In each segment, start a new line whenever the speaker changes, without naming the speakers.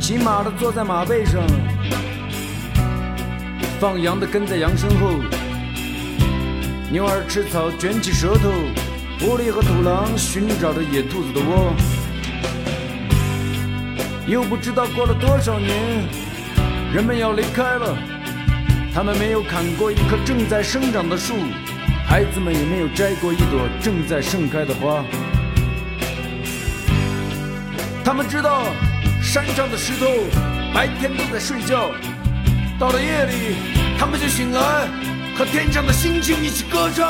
骑马的坐在马背上，放羊的跟在羊身后，牛儿吃草卷起舌头，狐狸和土狼寻找着野兔子的窝。又不知道过了多少年，人们要离开了，他们没有砍过一棵正在生长的树，孩子们也没有摘过一朵正在盛开的花。他们知道，山上的石头白天都在睡觉，到了夜里，他们就醒来，和天上的星星一起歌唱。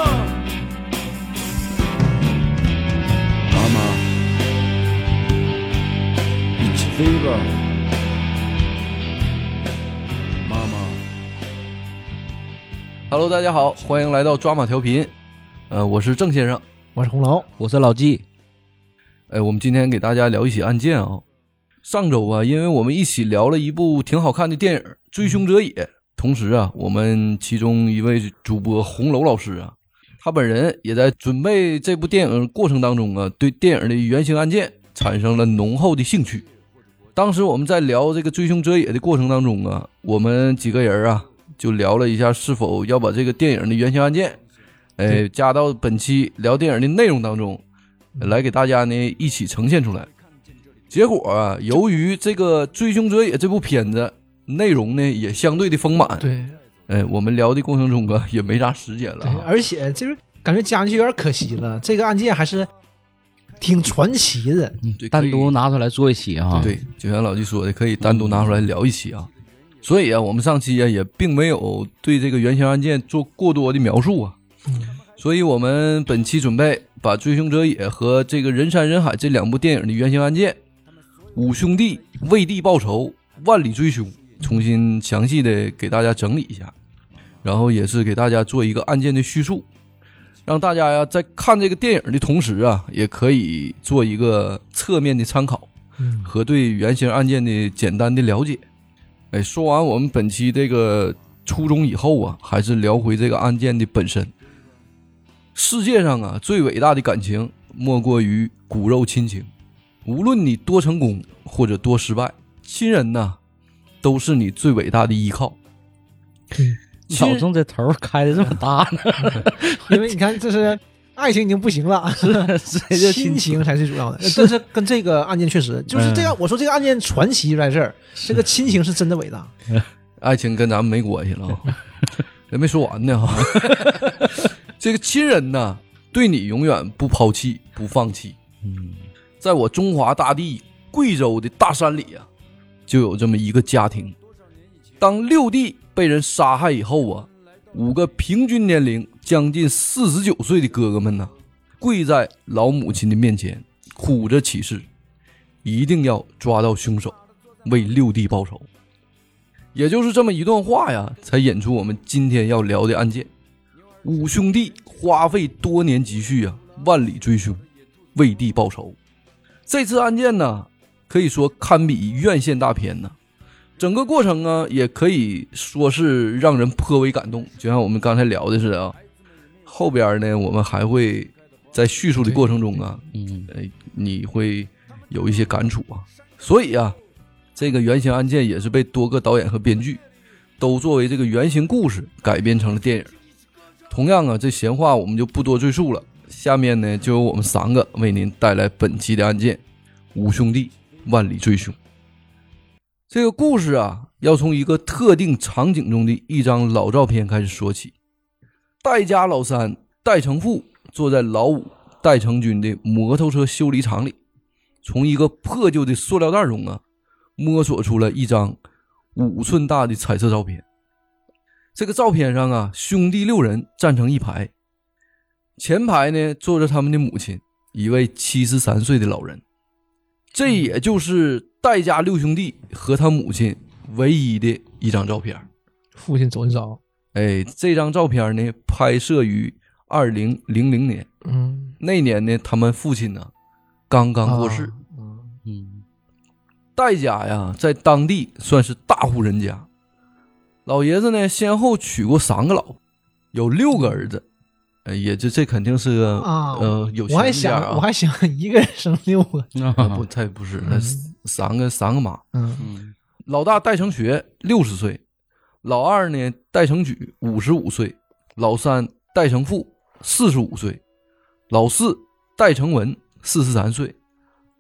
妈妈，一起飞吧，妈妈。
Hello，大家好，欢迎来到抓马调频，呃，我是郑先生，
我是红楼，
我是老纪，
哎，我们今天给大家聊一起案件啊。上周啊，因为我们一起聊了一部挺好看的电影《追凶者也》，同时啊，我们其中一位主播红楼老师啊，他本人也在准备这部电影过程当中啊，对电影的原型案件产生了浓厚的兴趣。当时我们在聊这个《追凶者也》的过程当中啊，我们几个人啊就聊了一下是否要把这个电影的原型案件，哎，加到本期聊电影的内容当中。来给大家呢一起呈现出来。结果啊，由于这个《追凶者也》这部片子内容呢也相对的丰满，
对
哎，我们聊的过程中啊也没啥时间了
对
啊、，
而且就是感觉加上去有点可惜了，这个案件还是挺传奇的，
嗯
对可
单
以
独拿出来做一期哈。，
对，就像老季说的，可以单独拿出来聊一期啊。所以啊，我们上期啊也并没有对这个原型案件做过多的描述啊。所以我们本期准备把《追凶者也》和这个《人山人海》这两部电影的原型案件，五兄弟为地报仇，万里追凶，重新详细的给大家整理一下，然后也是给大家做一个案件的叙述，让大家呀、在看这个电影的同时啊，也可以做一个侧面的参考。
嗯，
和对原型案件的简单的了解。哎，说完我们本期这个初衷以后啊，还是聊回这个案件的本身。世界上啊，最伟大的感情莫过于骨肉亲情。无论你多成功或者多失败，亲人呐，都是你最伟大的依靠。
老郑这头开的这么大呢，
因为你看这 是爱情已经不行 了，
直接就
亲情才是主要的，但 是跟这个案件确实就是这样。我说这个案件传奇就在这儿，这个亲情是真的伟大，
爱情跟咱们没关系了啊， 还没说完呢 哈。这个亲人呢，对你永远不抛弃、不放弃。
嗯，
在我中华大地贵州的大山里啊，就有这么一个家庭。当六弟被人杀害以后啊，五个平均年龄将近四十九岁的哥哥们呢，跪在老母亲的面前，哭着起誓，一定要抓到凶手，为六弟报仇。也就是这么一段话呀，才引出我们今天要聊的案件。啊五兄弟花费多年积蓄啊，万里追凶，为弟报仇。这次案件呢，可以说堪比院线大片呢。整个过程啊，也可以说是让人颇为感动，就像我们刚才聊的似的啊。后边呢，我们还会在叙述的过程中啊，
嗯，
哎，你会有一些感触啊。所以啊，这个原型案件也是被多个导演和编剧都作为这个原型故事改编成了电影。同样啊，这闲话我们就不多赘述了。下面呢，就由我们三个为您带来本期的案件《五兄弟万里追凶》。这个故事啊，要从一个特定场景中的一张老照片开始说起。戴家老三戴成富坐在老五戴成军的摩托车修理厂里，从一个破旧的塑料袋中啊，摸索出了一张五寸大的彩色照片。这个照片上啊，兄弟六人站成一排，前排呢坐着他们的母亲，一位七十三岁的老人。这也就是戴家六兄弟和他母亲唯一的一张照片。
父亲走一遭，
哎，这张照片呢，拍摄于二零零零年。
嗯，
那年呢，他们父亲呢刚刚过世，
啊，
嗯，
戴家呀在当地算是大户人家。老爷子呢先后娶过三个老婆，有六个儿子，呃也这这肯定是个
啊
呃有
我还
钱家
想，
啊
我还想一个人生六个，
嗯
啊 不，他也不是，那三个三个妈，
嗯
嗯
老大戴成学六十岁，老二呢戴成举五十五岁，老三戴成富四十五岁，老四戴成文四十三岁，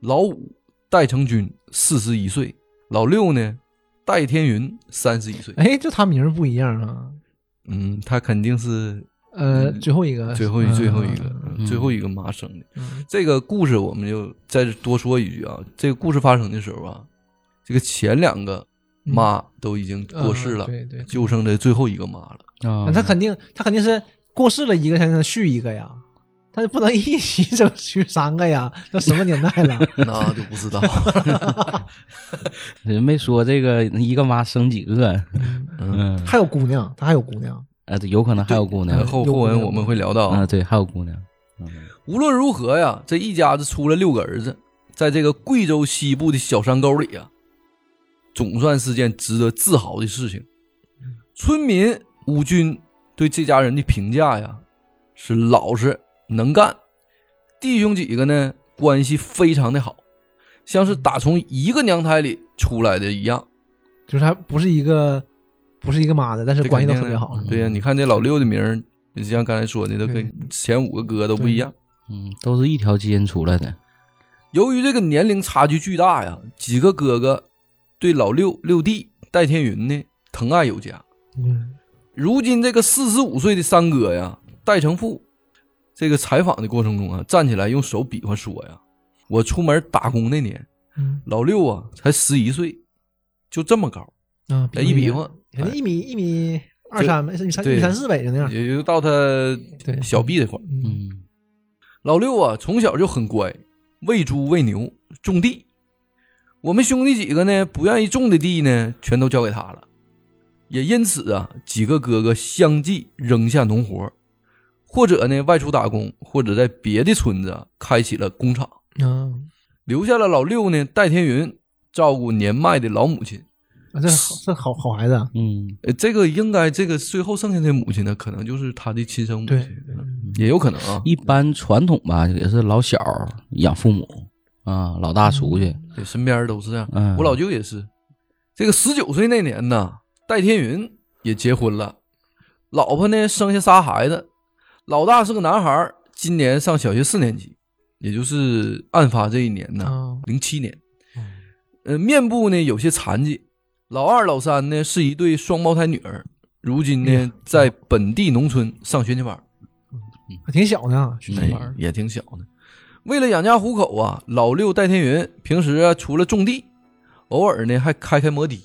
老五戴成军四十一岁，老六呢戴天云三十一岁。
哎，就他名儿不一样啊。
嗯，他肯定是
呃，最后一个，
最后一
嗯
最后一个、
嗯
最后一个妈生的。
嗯
这个故事我们就再多说一句啊，这个故事发生的时候啊，这个前两个妈都已经过世了，
嗯对对，
就剩这最后一个妈了。
啊
那他肯定，他肯定是过世了一个才能续一个呀，他不能一起整续三个呀，都什么年 代了？
那就不知道。
人没说这个一个妈生几个，嗯
还有姑娘，他还有姑娘，
啊，对有可能还有姑娘，
后
有
后文
有
我们会聊到啊。嗯
啊，对，还有姑娘，
无论如何呀，这一家子出了六个儿子，在这个贵州西部的小山沟里啊，总算是件值得自豪的事情。村民、吴军对这家人的评价呀，是老实能干，弟兄几个呢关系非常的好，像是打从一个娘胎里出来的一样。
就是他不是一个，不是一个妈的，但是
这
关系都
肯
特
定的
别好。
对呀、你看这老六的名儿，就像刚才说的，都跟
对
前五个哥都不一样。
嗯，都是一条基因出来的，
由于这个年龄差距巨大呀，几个哥哥对老六六弟戴天云呢疼爱有加。
嗯，
如今这个四十五岁的三哥呀，戴成富，这个采访的过程中啊，站起来用手比划说呀：“我出门打工那年，
嗯
老六啊才十一岁，就这么高，
啊，
哎一比划，
肯定一米一米二
对
三呗，一米三
对
一米三四呗，就那样。
也就到他
对，
小臂这块儿。
嗯，
嗯
老六啊，从小就很乖，喂猪喂牛，种地。我们兄弟几个呢，不愿意种的地呢，全都交给他了。也因此啊，几个哥哥相继扔下农活，或者呢外出打工，或者在别的村子啊开起了工厂，
嗯，
留下了老六呢戴天云照顾年迈的老母亲。
啊这好这好好孩子啊，
嗯
呃，这个应该这个最后剩下的母亲呢，可能就是他的亲生母亲，
对
嗯也有可能啊。
一般传统吧，也是老小养父母啊，老大出去，
对，身边都是这样。
嗯
我老舅也是，这个十九岁那年呢，戴天云也结婚了，老婆呢生下仨孩子，老大是个男孩儿，今年上小学四年级，也就是案发这一年呢，
啊，
零七年，呃，面部呢有些残疾。老二、老三呢是一对双胞胎女儿，如今呢
哎呀
在本地农村上学前班儿。
还挺小呢，学前班
哎
儿，
也挺小的。为了养家糊口啊，老六戴天云平时啊除了种地，偶尔呢还开开摩的，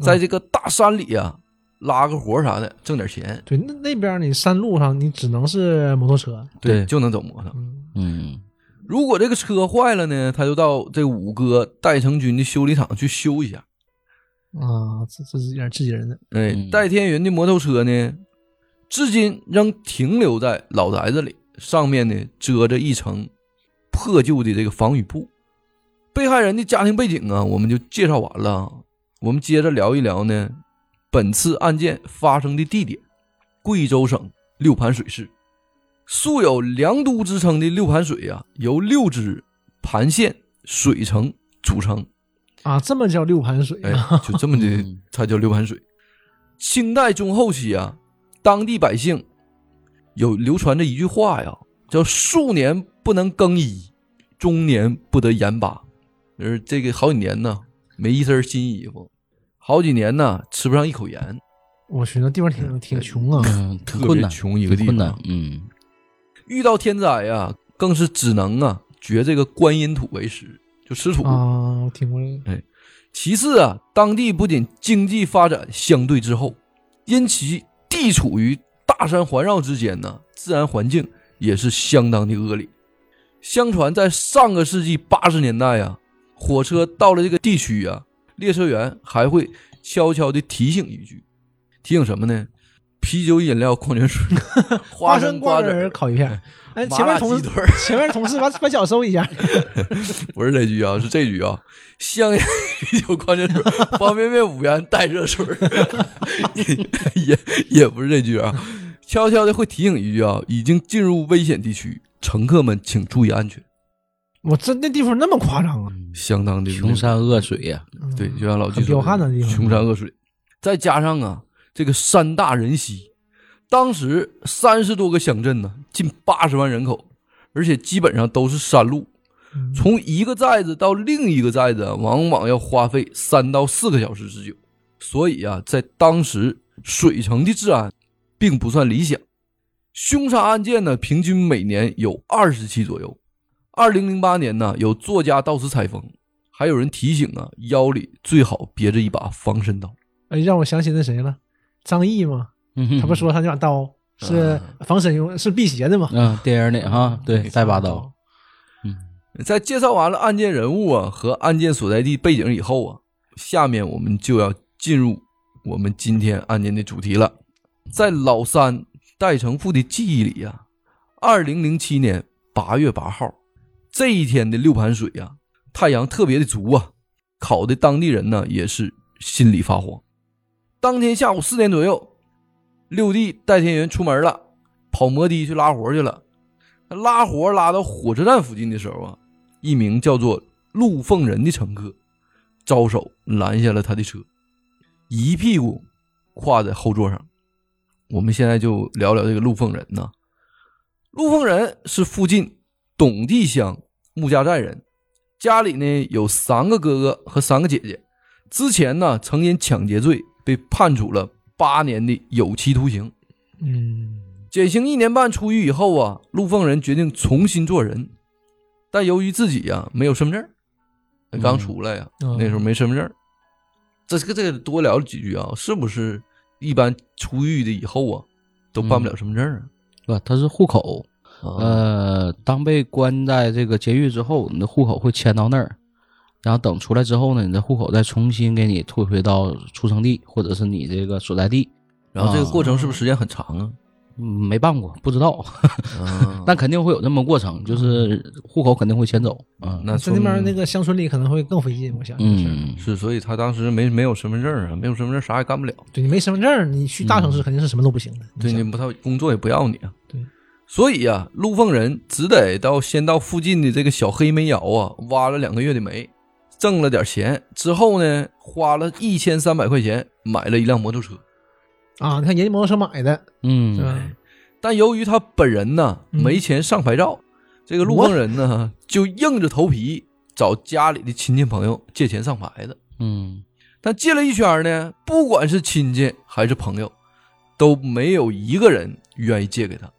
在这个大山里啊拉个活啥的，挣点钱，
对，那那边儿你山路上你只能是摩托车，
对
就能走摩托。
嗯
嗯
如果这个车坏了呢，他就到这五哥戴成军的修理厂去修一下。
啊，这这是有点自己人的，
哎，
嗯
戴天云的摩托车呢，至今仍停留在老宅子里，上面呢遮着一层破旧的这个防雨布。被害人的家庭背景啊，我们就介绍完了啊。我们接着聊一聊呢，本次案件发生的地点——贵州省六盘水市，素有“凉都”之称的六盘水啊，由六支盘县、水城组成。
啊，这么叫六盘水
哎
啊，，
就这么的
嗯，
它叫流盘水。清代中后期啊，当地百姓有流传着一句话呀，叫“数年不能更衣，中年不得盐巴”，就是这个好几年呢没一身新衣服，好几年呢吃不上一口盐，
我去，那地方挺
哎
挺穷啊，
嗯，挺
特
困
别
难，
穷一个
挺
地
困难
方，，
嗯
遇到天灾呀、更是只能啊掘这个观音土为食，就吃土。
啊，我听过这个，
其次啊，当地不仅经济发展相对滞后，因其地处于大山环绕之间呢，自然环境也是相当的恶劣。相传在上个世纪八十年代啊，火车到了这个地区啊，列车员还会悄悄地提醒一句，提醒什么呢？啤酒、饮料、矿泉水、花生、瓜
瓜
子
子儿
儿、
烤一片儿，哎，
麻
前面
辣
同
鸡
事
腿儿
前面同事把把脚收 一下，
不是这句啊，是这句啊，香烟、啤酒、矿泉水、 方便面五元带热水儿，也也不是这句啊，悄悄的会提醒一句啊，已经进入危险地区，乘客们请注意安全，
我这那地方那么夸张啊？
相当的
穷山恶水呀、
嗯
对，就像老纪
很
说
彪悍的地方
穷山恶水，再加上啊，这个山大人稀，当时三十多个乡镇呢，近八十万人口，而且基本上都是山路，
嗯
从一个寨子到另一个寨子啊，往往要花费三到四个小时之久，所以啊，在当时水城的治安并不算理想，凶杀案件呢，平均每年有二十起左右。二零零八年呢，有作家到此采风，还有人提醒啊，腰里最好别着一把防身刀。
哎，让我想起那谁了，张译嘛，
嗯，
他不说他那把刀
嗯
是防身用，是辟邪的嘛？
嗯，电影里哈，
嗯
对，带把刀，
在介绍完了案件人物啊和案件所在地背景以后啊，下面我们就要进入我们今天案件的主题了。在老三戴成富的记忆里啊，二零零七年八月八号这一天的六盘水啊，太阳特别的足啊，烤的当地人呢也是心里发慌。当天下午四点左右，六弟戴天元出门了，跑摩的去拉活去了。拉活拉到火车站附近的时候啊，一名叫做陆凤仁的乘客招手拦下了他的车，一屁股跨在后座上。我们现在就聊聊这个陆凤仁呐。陆凤仁是附近董地乡穆家寨人，家里呢有三个哥哥和三个姐姐，之前呢曾因抢劫罪被判处了八年的有期徒刑。
嗯，
减刑一年半出狱以后啊，陆凤仁决定重新做人，但由于自己呀、没有身份证儿，刚出来呀、
嗯
那时候没身份证儿。这这个这个多聊几句啊，是不是一般出狱的以后啊，都办不了身份证儿
不，他是户口，
嗯
啊？
呃，当被关在这个监狱之后，你的户口会迁到那儿，然后等出来之后呢，你的户口再重新给你退回到出生地或者是你这个所在地。
然后这个过程是不是时间很长啊？
嗯没办过，不知道，
嗯
啊
但肯定会有这么过程，就是户口肯定会迁走啊。
那
在
说
那
明
边那个乡村里可能会更费劲，我想这事儿。
嗯，
是，所以他当时没没有身份证儿啊，没有身份证儿啥也干不了。
对你没身份证，你去大城市肯定是什么都不行的。
嗯对
你
你
想
不，他工作也不要你啊。
对，
所以啊，陆凤仁只得到先到附近的这个小黑煤窑啊，挖了两个月的煤，挣了点钱之后呢，花了一千三百块钱买了一辆摩托车。
啊，你看人家摩托车买的，
嗯
是，吧？
但由于他本人呢
嗯
没钱上牌照，这个陆凤仁呢就硬着头皮找家里的亲戚朋友借钱上牌的。
嗯，
但借了一圈呢，不管是亲戚还是朋友，都没有一个人愿意借给他。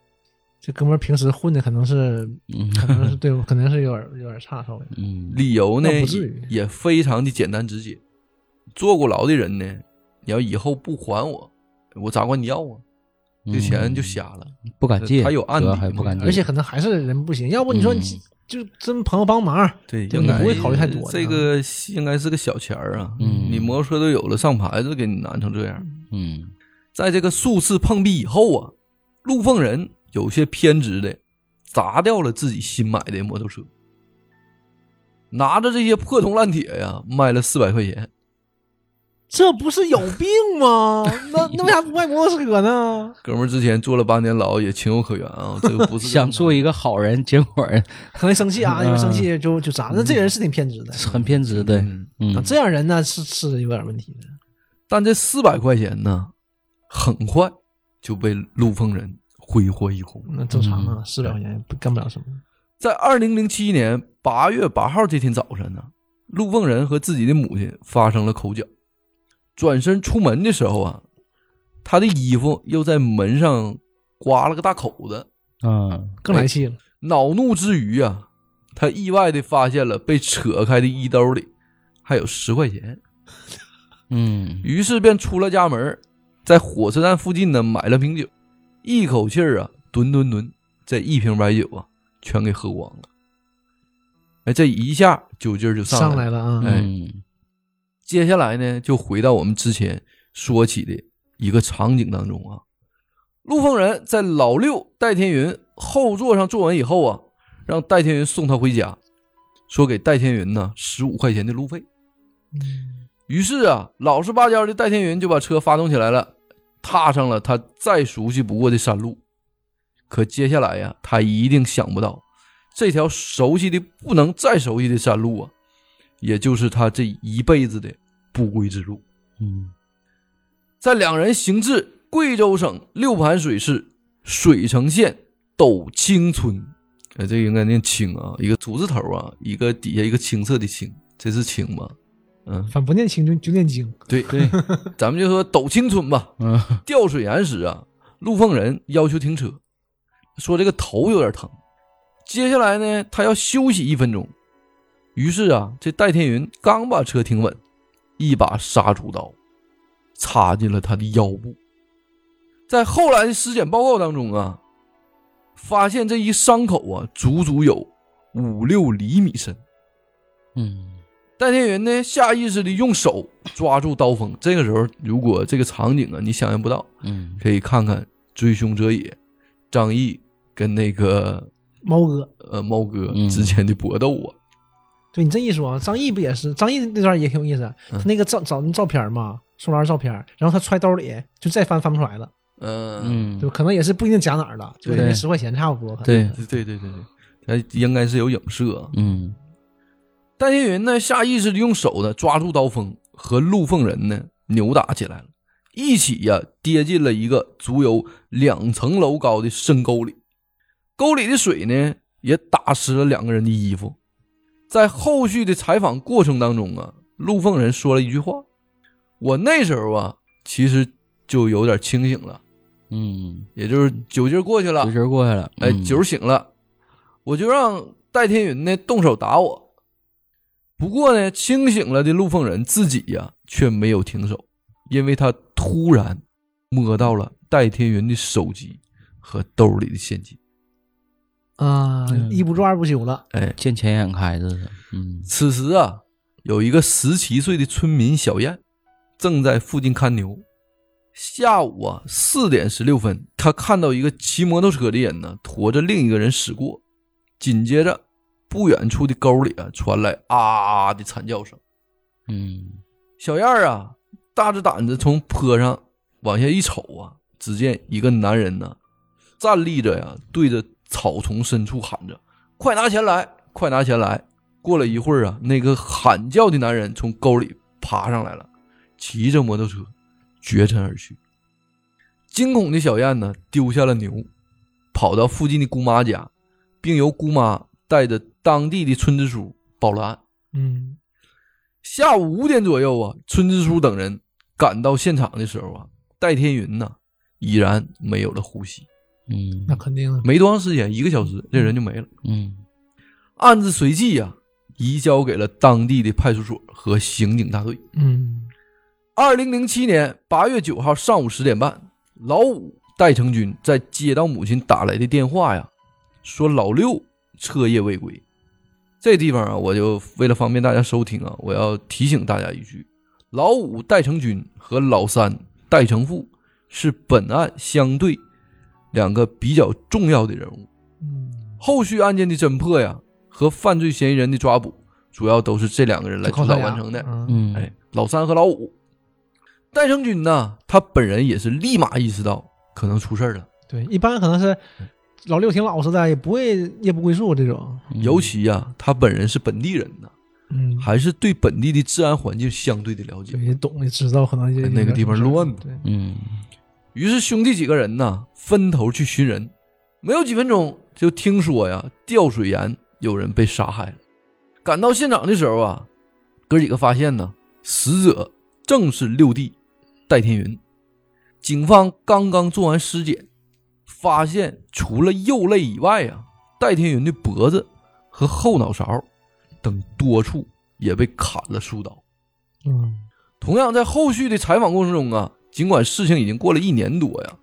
这哥们儿平时混的可能是，
嗯
可能是对，可能是有点有点差稍微。
嗯，
理由呢
那不至于
也非常的简单直接。坐过牢的人呢，你要以后不还我，我咋管你要啊？这钱就瞎了。
嗯不敢借，
他有案底
主要还不敢借，
而且可能还是人不行，要不你说你
嗯
就真朋友帮忙，
对
对
应该
你不会考虑太多
这个应该是个小钱儿啊。
嗯
你摩托车都有了，上牌子给你难成这样。
嗯
在这个数次碰壁以后啊，陆凤仁有些偏执的砸掉了自己新买的摩托车，拿着这些破铜烂铁呀、卖了四百块钱。
这不是有病吗？那那为啥不卖摩托车呢？
哥们儿之前坐了八年牢，也情有可原啊。这个不是
想做一个好人，结果
可能生气啊，因为生气就就砸。那这人是挺偏执的，
很偏执，对，
嗯
嗯
啊，这样人呢是是有点问题的。
但这四百块钱呢，很快就被陆凤仁挥霍一空。
那正常啊，四百块钱不干不了什么。
在二零零七年八月八号这天早晨呢，陆凤仁和自己的母亲发生了口角。转身出门的时候啊，他的衣服又在门上刮了个大口子。
嗯
更来气了，
恼怒之余啊，他意外的发现了被扯开的衣兜里还有十块钱，
嗯
于是便出了家门，在火车站附近呢买了瓶酒，一口气儿啊，吨吨吨，这一瓶白酒啊，全给喝光了。哎，这一下酒劲儿就上来了。
上来了啊！
哎
嗯
接下来呢，就回到我们之前说起的一个场景当中啊。陆凤仁在老六戴天云后座上坐完以后啊，让戴天云送他回家，说给戴天云呢十五块钱的路费。于是啊，老实巴交的戴天云就把车发动起来了，踏上了他再熟悉不过的山路。可接下来呀，他一定想不到，这条熟悉的不能再熟悉的山路啊，也就是他这一辈子的不归之路。
嗯
在两人行至贵州省六盘水市水城县斗青村，呃，这应该念青啊，一个竹字头啊，一个底下一个青色的青，这是青吗？嗯，
反不念清就就念经，
对对，咱们就说斗青村吧。
嗯
吊水岩时啊，陆凤人要求停车，说这个头有点疼。接下来呢，他要休息一分钟。于是啊，这戴天云刚把车停稳，一把杀猪刀插进了他的腰部。在后来的尸检报告当中啊，发现这一伤口啊，足足有五六厘米深。
嗯
戴天云呢，下意识的用手抓住刀锋。这个时候，如果这个场景啊，你想象不到，
嗯
可以看看《追凶者也》，张译跟那个
猫哥。
呃猫哥
嗯
之间的搏斗啊，
对你这一说，啊张译不也是？张译那段也挺有意思，啊他那个照找那照片嘛，宋兰照片，然后他揣兜里就再翻翻不出来了，
嗯，
嗯
就可能也是不一定夹哪儿了，就
对
是那十块钱差不多。可能
对
对对对对，他应该是有影射啊。
嗯
戴天云呢，下意识的用手呢抓住刀锋，和陆凤人呢扭打起来了，一起呀、跌进了一个足有两层楼高的深沟里。沟里的水呢也打湿了两个人的衣服。在后续的采访过程当中啊，陆凤人说了一句话：“我那时候啊，其实就有点清醒了，
嗯，
也就是酒劲儿过去了
酒，劲儿过去了，
哎，
嗯
酒醒了，我就让戴天云呢动手打我。不过呢，清醒了的陆凤人自己呀、却没有停手，因为他突然摸到了戴天云的手机和兜里的现金。
啊，一不做二不休了。
哎，
见钱眼开这是，嗯
此时啊，有一个十七岁的村民小燕正在附近看牛。下午啊，四点十六分，他看到一个骑摩托车的人呢，驮着另一个人驶过。紧接着，不远处的沟里啊，传来啊啊啊的惨叫声。
嗯
小燕儿啊，大着胆子从坡上往下一瞅啊，只见一个男人呢，站立着呀，对着草丛深处喊着：“快拿钱来，快拿钱来！”过了一会儿啊，那个喊叫的男人从沟里爬上来了，骑着摩托车绝尘而去。惊恐的小燕呢，丢下了牛，跑到附近的姑妈家，并由姑妈带着当地的村支书报了案。
嗯，
下午五点左右啊，村支书等人赶到现场的时候啊，戴天云呢已然没有了呼吸。
嗯
那肯定啊。
没多长时间，一个小时，这人就没了。
嗯
案子随即呀、啊移交给了当地的派出所和刑警大队。
嗯，
二零零七年八月九号上午十点半，老五戴成军在接到母亲打来的电话呀，说老六彻夜未归。这地方啊，我就为了方便大家收听啊，我要提醒大家一句：老五戴成军和老三戴成富是本案相对两个比较重要的人物。
嗯，
后续案件的侦破呀和犯罪嫌疑人的抓捕，主要都是这两个人来
就
主
靠
导
他俩
完成的。
嗯
嗯
哎，老三和老五，戴成军呢，他本人也是立马意识到可能出事儿了，
对，一般可能是
嗯
老六挺老实的，也不会夜不归宿这种。
嗯
尤其呀、他本人是本地人呐，
嗯，
还是对本地的治安环境相对的了解
对，。也懂也知道，可能就
那个地方乱
对，
嗯
于是兄弟几个人呐，分头去寻人，没有几分钟就听说呀，吊水岩有人被杀害了。赶到现场的时候啊，哥几个发现呢，死者正是六弟戴天云。警方刚刚做完尸检，发现除了右肋以外啊，戴天云的脖子和后脑勺等多处也被砍了数刀。
嗯，
同样在后续的采访过程中啊，尽管事情已经过了一年多呀，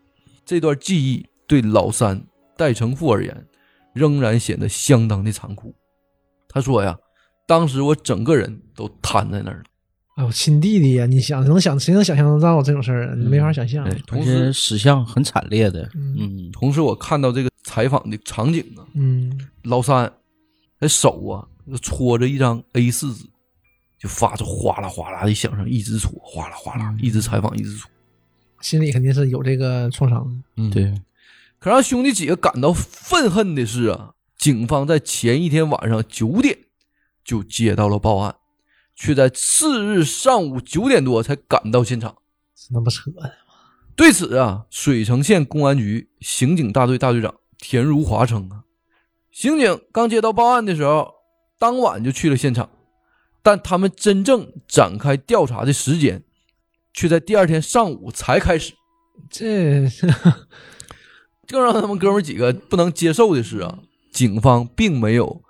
这段记忆对老三戴成富而言，仍然显得相当的残酷。他说呀，当时我整个人都瘫在那儿了。
哎呦，亲弟弟呀，你想能想谁能想象得到这种事儿？你没法想象。
哎，
嗯而
同
且
时，
死相很惨烈的，
嗯
嗯
同时我看到这个采访的场景啊，
嗯，
老三那手啊就戳着一张 A 四纸，就发出哗啦哗啦的响声，一直戳，哗啦哗啦，一直采访，一直戳。
心里肯定是有这个创伤的。
嗯，。
对，
可让兄弟几个感到愤恨的是啊，警方在前一天晚上九点就接到了报案，却在次日上午九点多才赶到现场。
那不扯
嗯
的，
对此啊，水城县公安局刑警大队大队长田如华称啊，刑警刚接到报案的时候，当晚就去了现场，但他们真正展开调查的时间，却在第二天上午才开始。
这
更让他们哥们儿几个不能接受的是啊，警方并没有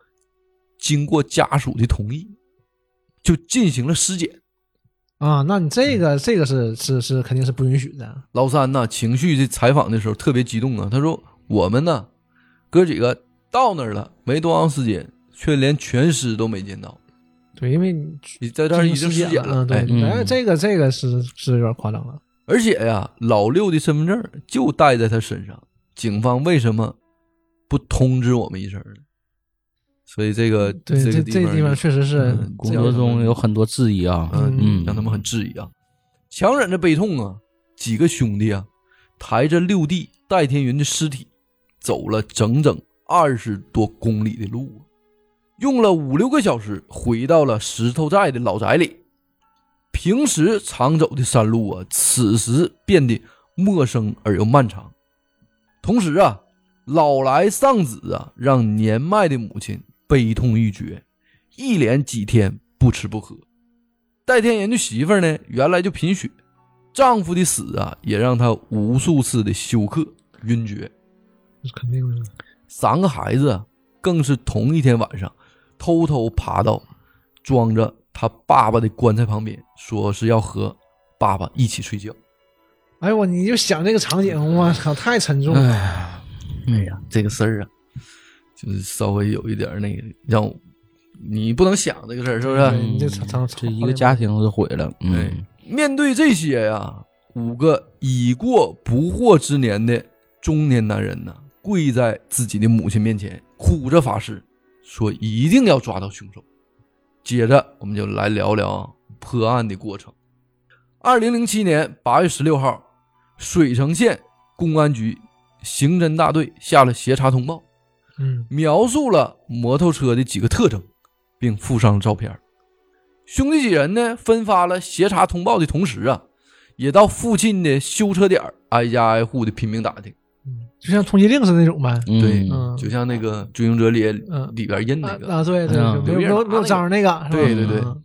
经过家属的同意就进行了尸检。
啊，那你这个这个是是是肯定是不允许的。
老三呢，情绪这采访的时候特别激动啊，他说：“我们呢，哥几个到那儿了，没多长时间，却连全尸都没见到，
对，因为你
你在这儿已经尸
尸
检了
了，，对
哎，
嗯
哎，这个这个是是有点夸张了。
而且呀，老六的身份证就带在他身上，警方为什么不通知我们一声呢？所以这个
对，
这
这
个
这
地
地
方
方确实是
嗯
工作中有很多质疑啊，
嗯，
嗯
让他们很质疑啊，强忍着悲痛啊，几个兄弟啊，抬着六弟戴天云的尸体，走了整整二十多公里的路啊，用了五六个小时回到了石头寨的老宅里。平时常走的山路啊，此时变得陌生而又漫长。同时啊，老来丧子啊，让年迈的母亲悲痛欲绝，一连几天不吃不喝。戴天人的媳妇儿呢，原来就贫血，丈夫的死啊，也让她无数次的休克、晕厥。
肯定的。
三个孩子啊更是同一天晚上偷偷爬到装着他爸爸的棺材旁边，说是要和爸爸一起睡觉。
哎呦我，你就想这个场景，我靠，太沉重了。
哎，哎呀，这个事儿啊，就是稍微有一点儿那个让我你不能想这个事儿，是不是？
对你这
嗯
长
这一个家庭都毁了，
哎
嗯，
面对这些呀、五个已过不惑之年的中年男人呢，跪在自己的母亲面前，哭着发誓，说一定要抓到凶手。接着，我们就来聊聊啊破案的过程。二零零七年八月十六号，水城县公安局刑侦大队下了协查通报，
嗯，
描述了摩托车的几个特征，并附上了照片儿。兄弟几人呢，分发了协查通报的同时啊，也到附近的修车点儿挨家挨户的拼命打听。
嗯就像通缉令似的那种呗。
嗯
对，
嗯
就像那个《追凶者》里
嗯
里边印那个，
啊，对对，
嗯
就没有没有没有章那个，是吧
对对对
嗯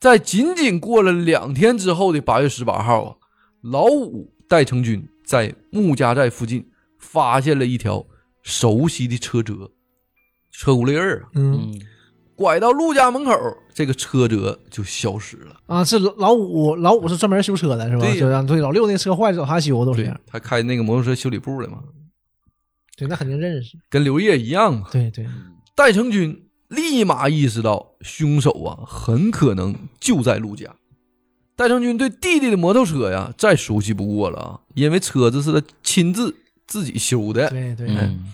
在仅仅过了两天之后的八月十八号啊，老五戴成军在穆家寨附近发现了一条熟悉的车辙，车轱辘印儿啊。
嗯
嗯
拐到陆家门口，这个车辙就消失了。
啊，这老老五老五是专门修车的，是吧？
对呀
就让对老六那车坏了找他修都是这
对
样，，
他开那个摩托车修理部的嘛，
对，那肯定认识。
跟刘烨一样嘛。
对对，
戴成军立马意识到凶手啊，很可能就在陆家。戴成军对弟弟的摩托车呀，再熟悉不过了啊，因为车子是他亲自自己修的，
对对，
嗯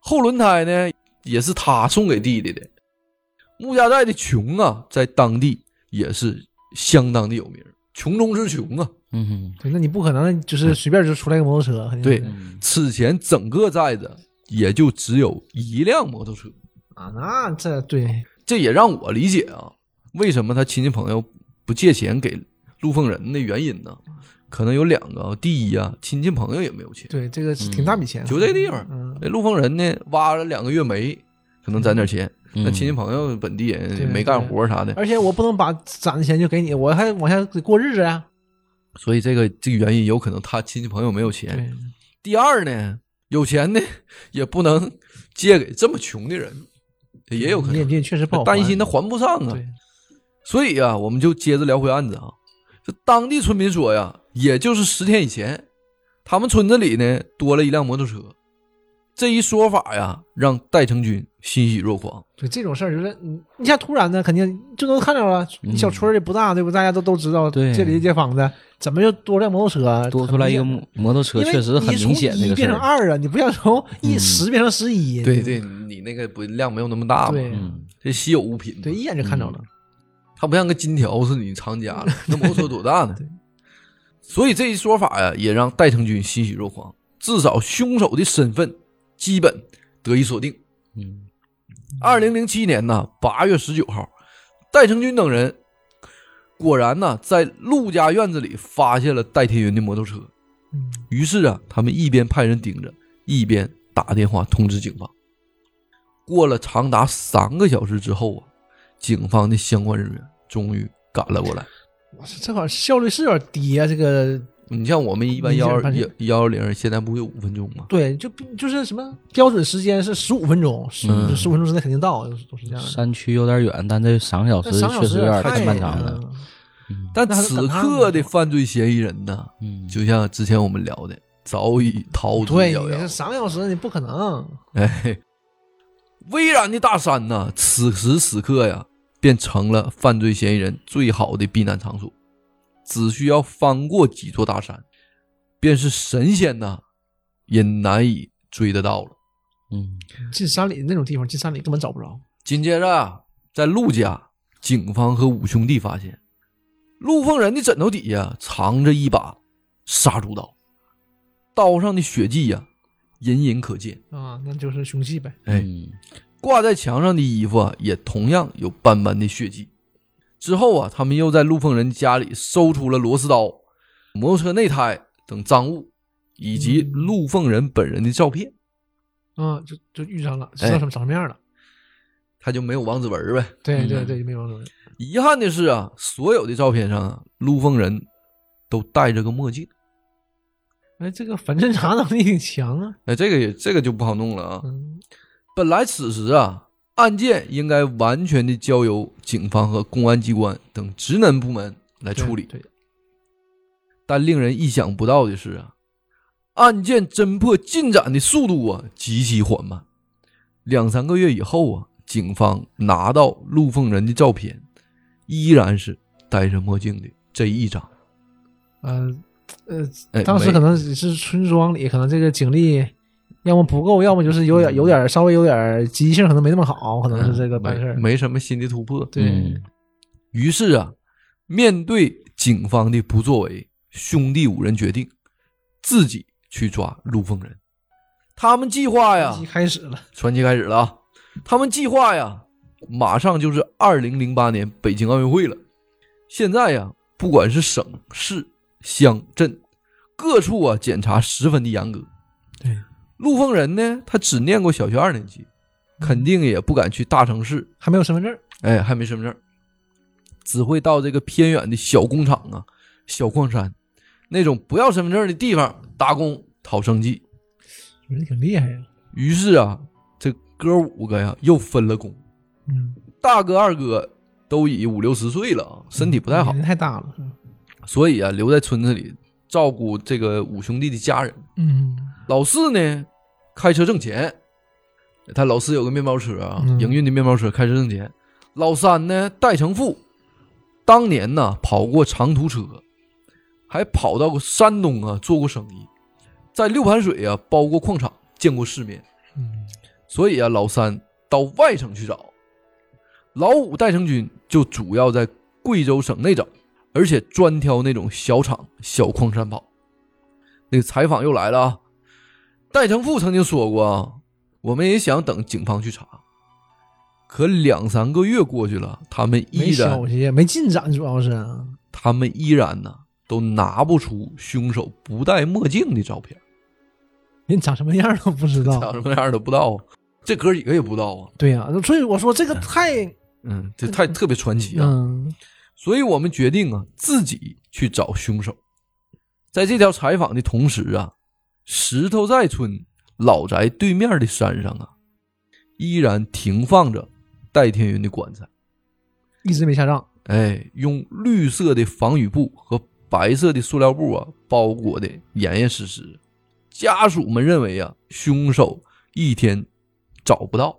后轮胎呢也是他送给弟弟的。穆家寨的穷啊，在当地也是相当的有名，穷中之穷啊。
嗯
对，那你不可能就是随便就出来个摩托车，肯定是
对
嗯
此前整个寨子也就只有一辆摩托车，
啊，那这对
这也让我理解啊，为什么他亲戚朋友不借钱给陆凤仁的原因呢？可能有两个啊，第一啊，亲戚朋友也没有钱，
对，这个是
嗯
挺大笔钱，
就这地方
嗯，
那陆凤仁呢挖了两个月煤，可能攒点钱，
嗯
那亲戚朋友本地人也
对
没干活啥的，
而且我不能把攒的钱就给你，我还往下过日子啊呀。
所以这个这个原因有可能他亲戚朋友没有钱。
对，
第二呢，有钱呢也不能借给这么穷的人，也有可
你也
能
你也确实不好
担
还
心他还不上啊。
对，
所以啊，我们就接着聊回案子啊。这当地村民说呀，也就是十天以前，他们村子里呢多了一辆摩托车。这一说法呀，让戴成军欣喜若狂。
对这种事儿，就是你一下突然的，肯定就能看着了。你小村儿也不大，对不？大家都都知道，
嗯对
这里街坊的，怎么就多辆摩托车？
多出来一个
很明
摩摩托车，
显，
确实很明显
因为你从一
这个事
变成
儿。嗯
二啊，你不像从一十变成十一。
对对，你那个不量没有那么大嘛，
对
嗯，
这稀有物品嘛
对，一眼就看着了。
它不像个金条似的，你藏家了。那摩托车多大呢？所以这一说法呀，也让戴成军欣喜若狂，至少凶手的身份基本得以锁定。
嗯
二零零七年呢，八月十九号，戴成军等人果然呢在陆家院子里发现了戴天云的摩托车。
嗯
于是啊，他们一边派人盯着，一边打电话通知警方。过了长达三个小时之后啊，警方的相关人员终于赶了过来。
我操这好像效率是有点低啊，这个
你像我们一般
你
幺
想
二
看
幺
这
幺幺零，现在不有五分钟吗？
对，就就是什么标准时间是十五分钟，十
嗯
十五分钟之内肯定到，都是都是这样的。
山区有点远，但这三个小
那
时
三小
确实有点
太
太漫长了。
嗯
但
那还是
此
赶趟
刻
呢
的犯罪嫌疑人呢，
嗯，
就像之前我们聊的，早已逃之
对，
夭
你这
夭。
三个小时你不可能。
哎，巍然的大山呢，此时此刻呀，便成了犯罪嫌疑人最好的避难场所。只需要翻过几座大山，便是神仙呐，也难以追得到了。
嗯，
进山里那种地方，进山里根本找不着。
紧接着啊，在陆家，警方和五兄弟发现，陆凤仁的枕头底下藏着一把杀猪刀，刀上的血迹呀、隐隐可见。
啊，那就是凶器呗。
哎
嗯
挂在墙上的衣服啊，也同样有斑斑的血迹。之后啊，他们又在陆凤仁家里搜出了螺丝刀、摩托车内胎等赃物，以及
嗯
陆凤仁本人的照片。
啊，就就遇上了，知
哎
道什么长什么样了。
他就没有王子文呗。
对
嗯
对对，没王主任。
遗憾的是啊，所有的照片上啊，陆凤仁都戴着个墨镜。
哎，这个反侦查能力挺强啊。
哎，这个也这个就不好弄了啊。
嗯，
本来此时啊，案件应该完全的交由警方和公安机关等职能部门来
对
处理。
对，
但令人意想不到的是啊，案件侦破进展的速度啊极其缓慢。两三个月以后啊，警方拿到陆凤仁的照片，依然是戴着墨镜的这一张。
呃呃，
哎，
当时
没
可能只是村庄里，可能这个警力要么不够，要么就是有点有点稍微有点积极性，可能没那么好，可能是这个办事儿。
哎没没什么新的突破。
对
嗯，
于是啊，面对警方的不作为，兄弟五人决定自己去抓陆凤仁。他们计划呀，
一开始了，
传奇开始了啊！他们计划呀，马上就是二零零八年北京奥运会了。现在呀，不管是省市乡镇，各处啊检查十分的严格。
对，
陆凤仁呢，他只念过小学二年级，肯定也不敢去大城市，
还没有身份证儿。
哎，还没身份证，只会到这个偏远的小工厂啊、小矿山那种不要身份证的地方打工讨生计。
人挺厉害呀、
于是啊，这哥五个呀又分了工，
嗯，
大哥二哥都已五六十岁了啊，身体不太好
年，龄太大了。
所以啊留在村子里照顾这个五兄弟的家人。
嗯，
老四呢，开车挣钱，他老四有个面包车啊，
嗯
营运的面包车，开车挣钱。老三呢，戴成富，当年呢跑过长途车，还跑到过山东啊做过生意，在六盘水啊包过矿场，见过世面。
嗯
所以啊，老三到外省去找，老五戴成军就主要在贵州省内找，而且专挑那种小厂、小矿山跑。那个采访又来了啊，戴成富曾经说过啊，我们也想等警方去查，可两三个月过去了，他们
没
依然
消，息，没进展，主要是。
他们依然呢，都拿不出凶手不戴墨镜的照片，
人长什么样都不知
长
道。
什么样都不知道，啊这哥几个也不知道啊。
对呀、所以我说这个太
嗯，这太特别传奇啊！
嗯
所以我们决定啊，自己去找凶手。在这条采访的同时啊，石头寨村老宅对面的山上啊，依然停放着戴天云的棺材。
一直没下葬。
哎，用绿色的防雨布和白色的塑料布啊包裹的严严实实。家属们认为啊，凶手一天找不到，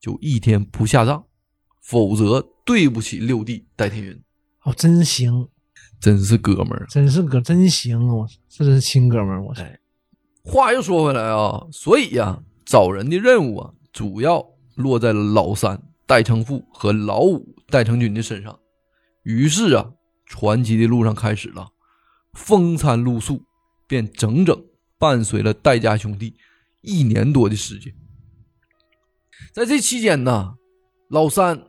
就一天不下葬，否则对不起六弟戴天云。
哦，真行，
真是哥们儿啊！
真是哥，真行啊！我这真是亲哥们儿，我操！
话又说回来啊，所以呀、找人的任务啊，主要落在了老三戴成富和老五戴成军的身上。于是啊，传奇的路上开始了。风餐露宿，便整整伴随了戴家兄弟一年多的时间。在这期间呢，老三、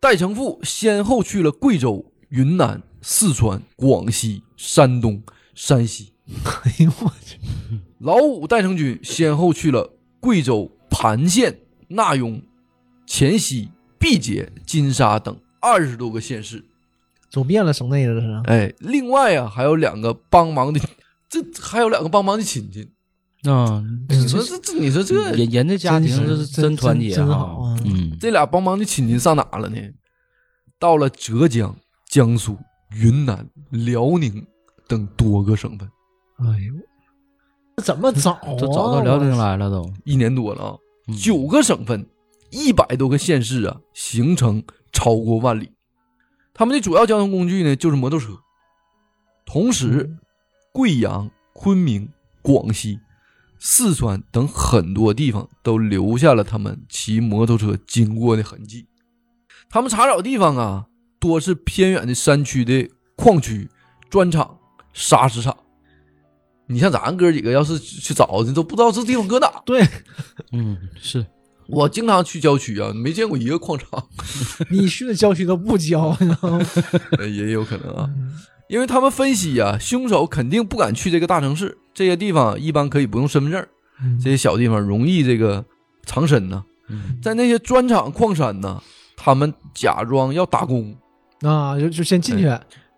戴成富先后去了贵州、云南、四川、广西、山东、山西。
哎呦我去，
老五戴成军先后去了贵州盘县、纳雍、黔西、毕节、金沙等二十多个县市。
走遍了省内了，这是。
哎，另外啊，还有两个帮忙的，这还有两个帮忙的亲戚。
啊，
你说这这，你说这
人人家家庭这是
真是真
团结
真真
啊
好啊，
嗯，
这俩帮忙的亲戚上哪了呢？到了浙江、江苏、云南、辽宁等多个省份，
哎呦，这怎么找啊？
都找到辽宁来了都，
一年多了啊，
嗯
九个省份，一百多个县市啊，行程超过万里。他们的主要交通工具呢就是摩托车。同时，贵阳、昆明、广西、四川等很多地方都留下了他们骑摩托车经过的痕迹。他们查找地方啊，多是偏远的山区的矿区、砖厂、砂石厂。你像咱哥几个，要是去去找，你都不知道这地方搁哪儿
对
嗯，是
我经常去郊区啊，没见过一个矿场，
你去的郊区都不郊，啊你知道吗？
呃也有可能啊，
嗯
因为他们分析啊，凶手肯定不敢去这个大城市，这些地方一般可以不用身份证，
嗯
这些小地方容易这个藏身呢、
嗯
在那些砖厂、矿山呢、他们假装要打工，
啊，就就先进去，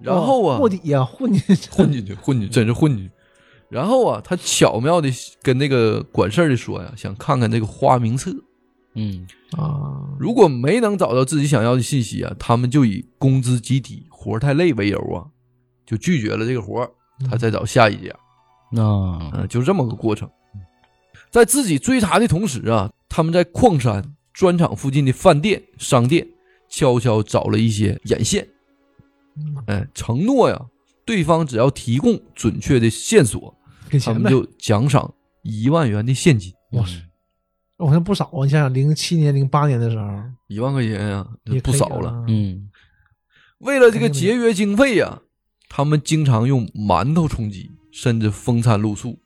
然后啊
卧底呀，混 进去，
混进去，混进去，真是混进去。然后啊，他巧妙的跟那个管事儿的说呀，想看看这个花名册，
嗯
啊，
如果没能找到自己想要的信息啊，他们就以工资极低、活儿太累为由啊，就拒绝了这个活儿，他再找下一家，
啊
嗯、就这么个过程。在自己追查的同时啊，他们在矿山砖厂附近的饭店、商店悄悄找了一些眼线，
嗯
哎，承诺呀，对方只要提供准确的线索，
给
他
钱
们
呗。嗯
就奖赏一万元的现金，
哇塞，我看不少啊！你想想，零七年、零八年的时候，
一万块钱啊，
也
不
可以
少
啊
了。。
嗯
为了这个节约经费呀、他们经常用馒头充饥，甚至风餐露宿。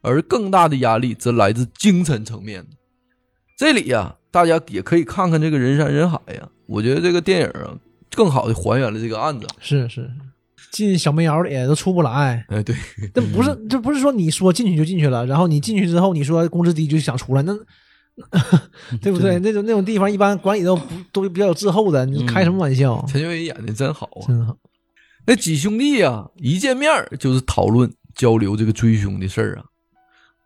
而更大的压力则来自精神层面。这里呀、大家也可以看看这个人山人海呀、我觉得这个电影啊，更好的还原了这个案子。
是是，进小煤窑里都出 不来。
哎，对，
这不是，这不是说你说进去就进去了，然后你进去之后，你说工资低就想出来，那
嗯
那 对不对？那种那种地方一般管理都不都比较有滞后的，
嗯
你开什么玩笑？
陈学友演的真好啊。
真好，
那几兄弟呀、一见面儿就是讨论交流这个追凶的事儿啊，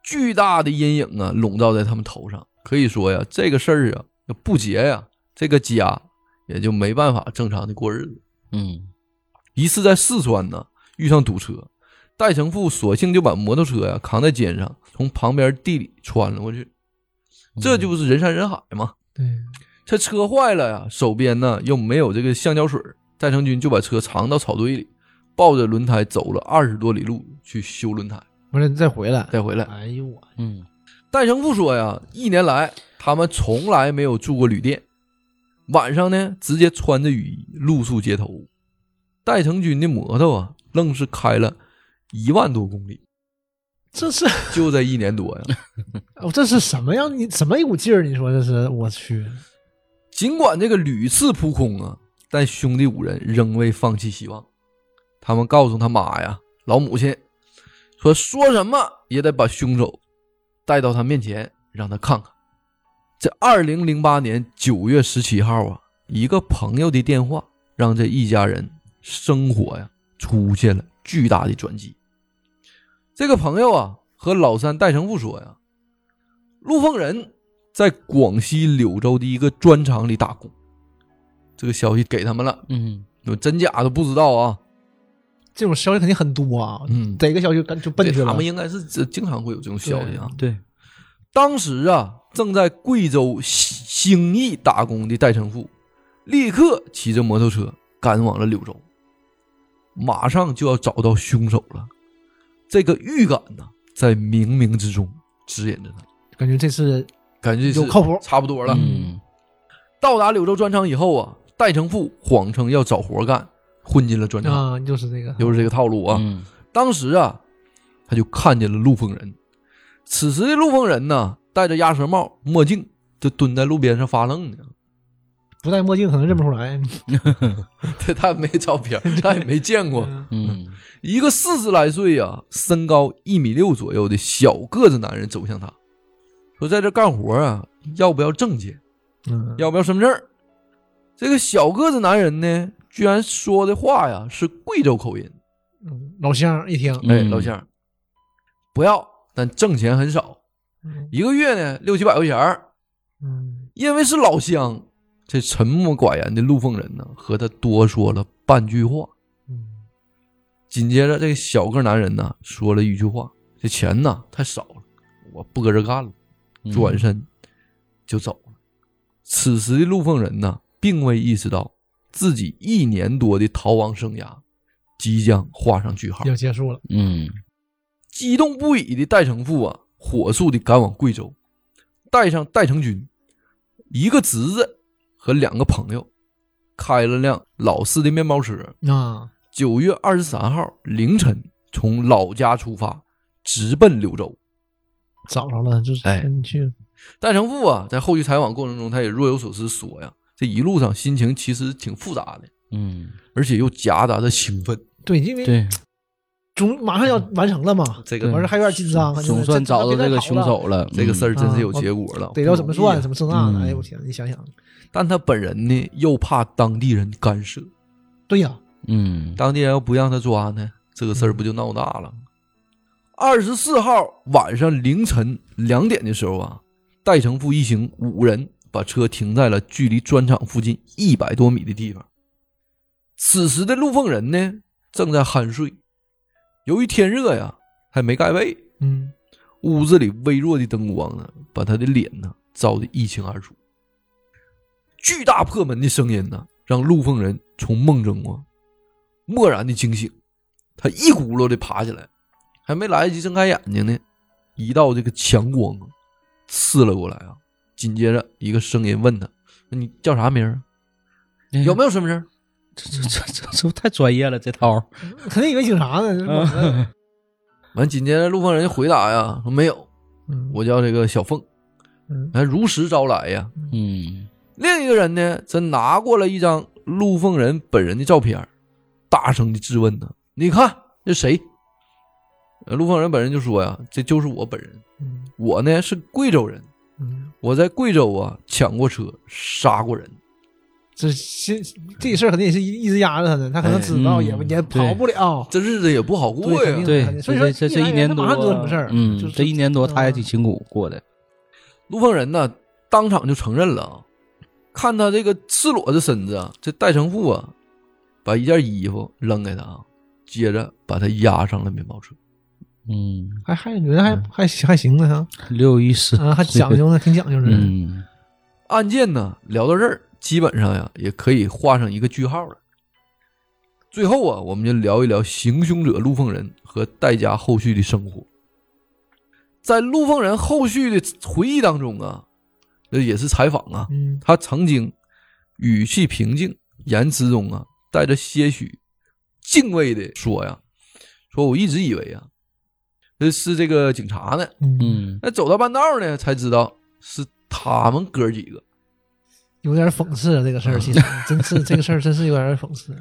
巨大的阴影啊笼罩在他们头上。可以说呀，这个事儿啊，要不结呀、这个家也就没办法正常的过日子。
嗯
一次在四川呢，遇上堵车，戴成富索性就把摩托车呀、扛在肩上，从旁边地里穿了过去。这
嗯
就是人山人海嘛。
对，
这车坏了呀，手边呢又没有这个橡胶水儿，戴成军就把车藏到草堆里，抱着轮胎走了二十多里路去修轮胎，
完了你再回来。
再回来。
哎呦我，
嗯
戴成富说呀，一年来他们从来没有住过旅店，晚上呢直接穿着雨衣露宿街头。戴成军的摩托啊，愣是开了一万多公里，
这是
就这一年多 呀。
我这是什么样？你什么一股劲儿？你说这是？我去，
尽管这个屡次扑空啊，但兄弟五人仍未放弃希望。他们告诉他妈呀，老母亲说说什么也得把凶手带到他面前，让他看看。这二零零八年九月十七号啊，一个朋友的电话让这一家人生活呀出现了巨大的转机。这个朋友啊和老三戴成富说呀，陆凤仁在广西柳州的一个砖厂里打工。这个消息给他们了，
嗯
有真假都不知道啊。
这种消息肯定很多啊，
嗯
逮个消息赶就奔去
对他
了
们。应该是这经常会有这种消息啊。
对，
当时啊，正在贵州兴兴义打工的戴成富，立刻骑着摩托车赶往了柳州，马上就要找到凶手了。这个预感呢，在冥冥之中指引着他，
感觉这次
感觉是
有靠谱
差不多了。
嗯
到达柳州砖厂以后啊，戴成富谎称要找活干，混进了砖厂，
啊，就是这个，
又是这个套路啊。
嗯
当时啊，他就看见了陆丰人。此时的陆丰人呢，戴着鸭舌帽、墨镜，就蹲在路边上发愣呢。
不戴墨镜可能认不出来。
他他没照片，他也没见过。
嗯，
一个四十来岁呀、啊身高一米六左右的小个子男人走向他，说：“在这干活啊，要不要证件？
嗯，
要不要身份证儿？”这个小个子男人呢，居然说的话呀是贵州口音。
嗯老乡一听，
哎，
嗯
老乡儿，不要，但挣钱很少，
嗯
一个月呢六七百块钱儿。
嗯
因为是老乡，这沉默寡言的陆凤人呢，和他多说了半句话。
嗯
紧接着，这个小个男人呢说了一句话：“这钱呐太少了，我不搁这干了。”
嗯
转身就走了。此时的陆凤人呢，并未意识到自己一年多的逃亡生涯即将画上句号。
要结束了。
嗯
激动不已的戴成富啊，火速的赶往贵州，带上戴成军一个侄子和两个朋友，开了辆老式的面包车，
啊，
九月二十三号凌晨从老家出发，直奔柳州。
找着了，就是
哎
真去了
戴成富啊，在后续采访过程中，他也若有所思说呀，这一路上心情其实挺复杂的，
嗯，
而且又夹杂着兴奋。
对，因为
对，
总马上要完成了嘛，
这
完
个
事儿还有点紧张啊，
嗯总算找到这个凶手了。嗯
这个事
儿，
儿真是有
啊我
结果了，
逮着怎么算，怎
么？
么这那的，
嗯
哎呦我天，你想想，
啊但他本人呢，又怕当地人干涉。
对呀，
嗯
当地人要不让他抓呢，这个事儿不就闹大了？二十四号晚上凌晨两点的时候啊，戴成富一行五人把车停在了距离砖厂附近一百多米的地方。此时的陆凤人呢，正在酣睡，由于天热呀，还没盖被，
嗯，
屋子里微弱的灯光呢，把他的脸呢照得一清二楚。巨大破门的声音呢，让陆凤人从梦中啊蓦然的惊醒，他一骨碌的爬起来，还没来得及睁开眼睛呢，一道这个强光啊刺了过来啊！紧接着一个声音问他：“那你叫啥名儿？
哎
有没有身份证？”
这这这这这太专业了，这套儿。
肯定以为警察呢，
嗯
这不可能
完，紧接着陆凤人就回答呀：“说没有，
嗯
我叫这个小凤。”
嗯
哎，如实招来呀。
嗯
另一个人呢，则拿过了一张陆凤人本人的照片儿，大声的质问他：“你看这谁？”呃陆凤人本人就说呀：“这就是我本人，
嗯
我呢是贵州人，
嗯，
我在贵州啊抢过车，杀过人。
这这这事儿肯定也是一一直压着他呢，他可能知道
哎
也
嗯
也跑不了，
这日子也不好过
对肯
呀
定。
对，
所以
这
说
这
一
这一
来
年
他
多
马上知道什么事儿
嗯
就是，
这一年多他也
嗯
挺辛苦过的。”
陆凤人呢，当场就承认了啊。看他这个赤裸的身子啊，这戴成富啊，把一件衣服扔给他啊，接着把他押上了面包车。
嗯，
还还人还还还行呢哈，
六一十
啊还讲究呢，挺讲究的，
嗯
案件呢聊到这儿，基本上呀也可以画上一个句号了。最后啊，我们就聊一聊行凶者陆凤人和戴家后续的生活。在陆凤人后续的回忆当中啊，这也是采访啊，
嗯
他曾经语气平静，言辞中啊带着些许敬畏的说呀：“说我一直以为啊，这是这个警察呢，
嗯，
嗯
那走到半道呢才知道是他们哥几个。”
有点讽刺啊，这个事儿其实
嗯
真是这个事儿真是有点讽刺，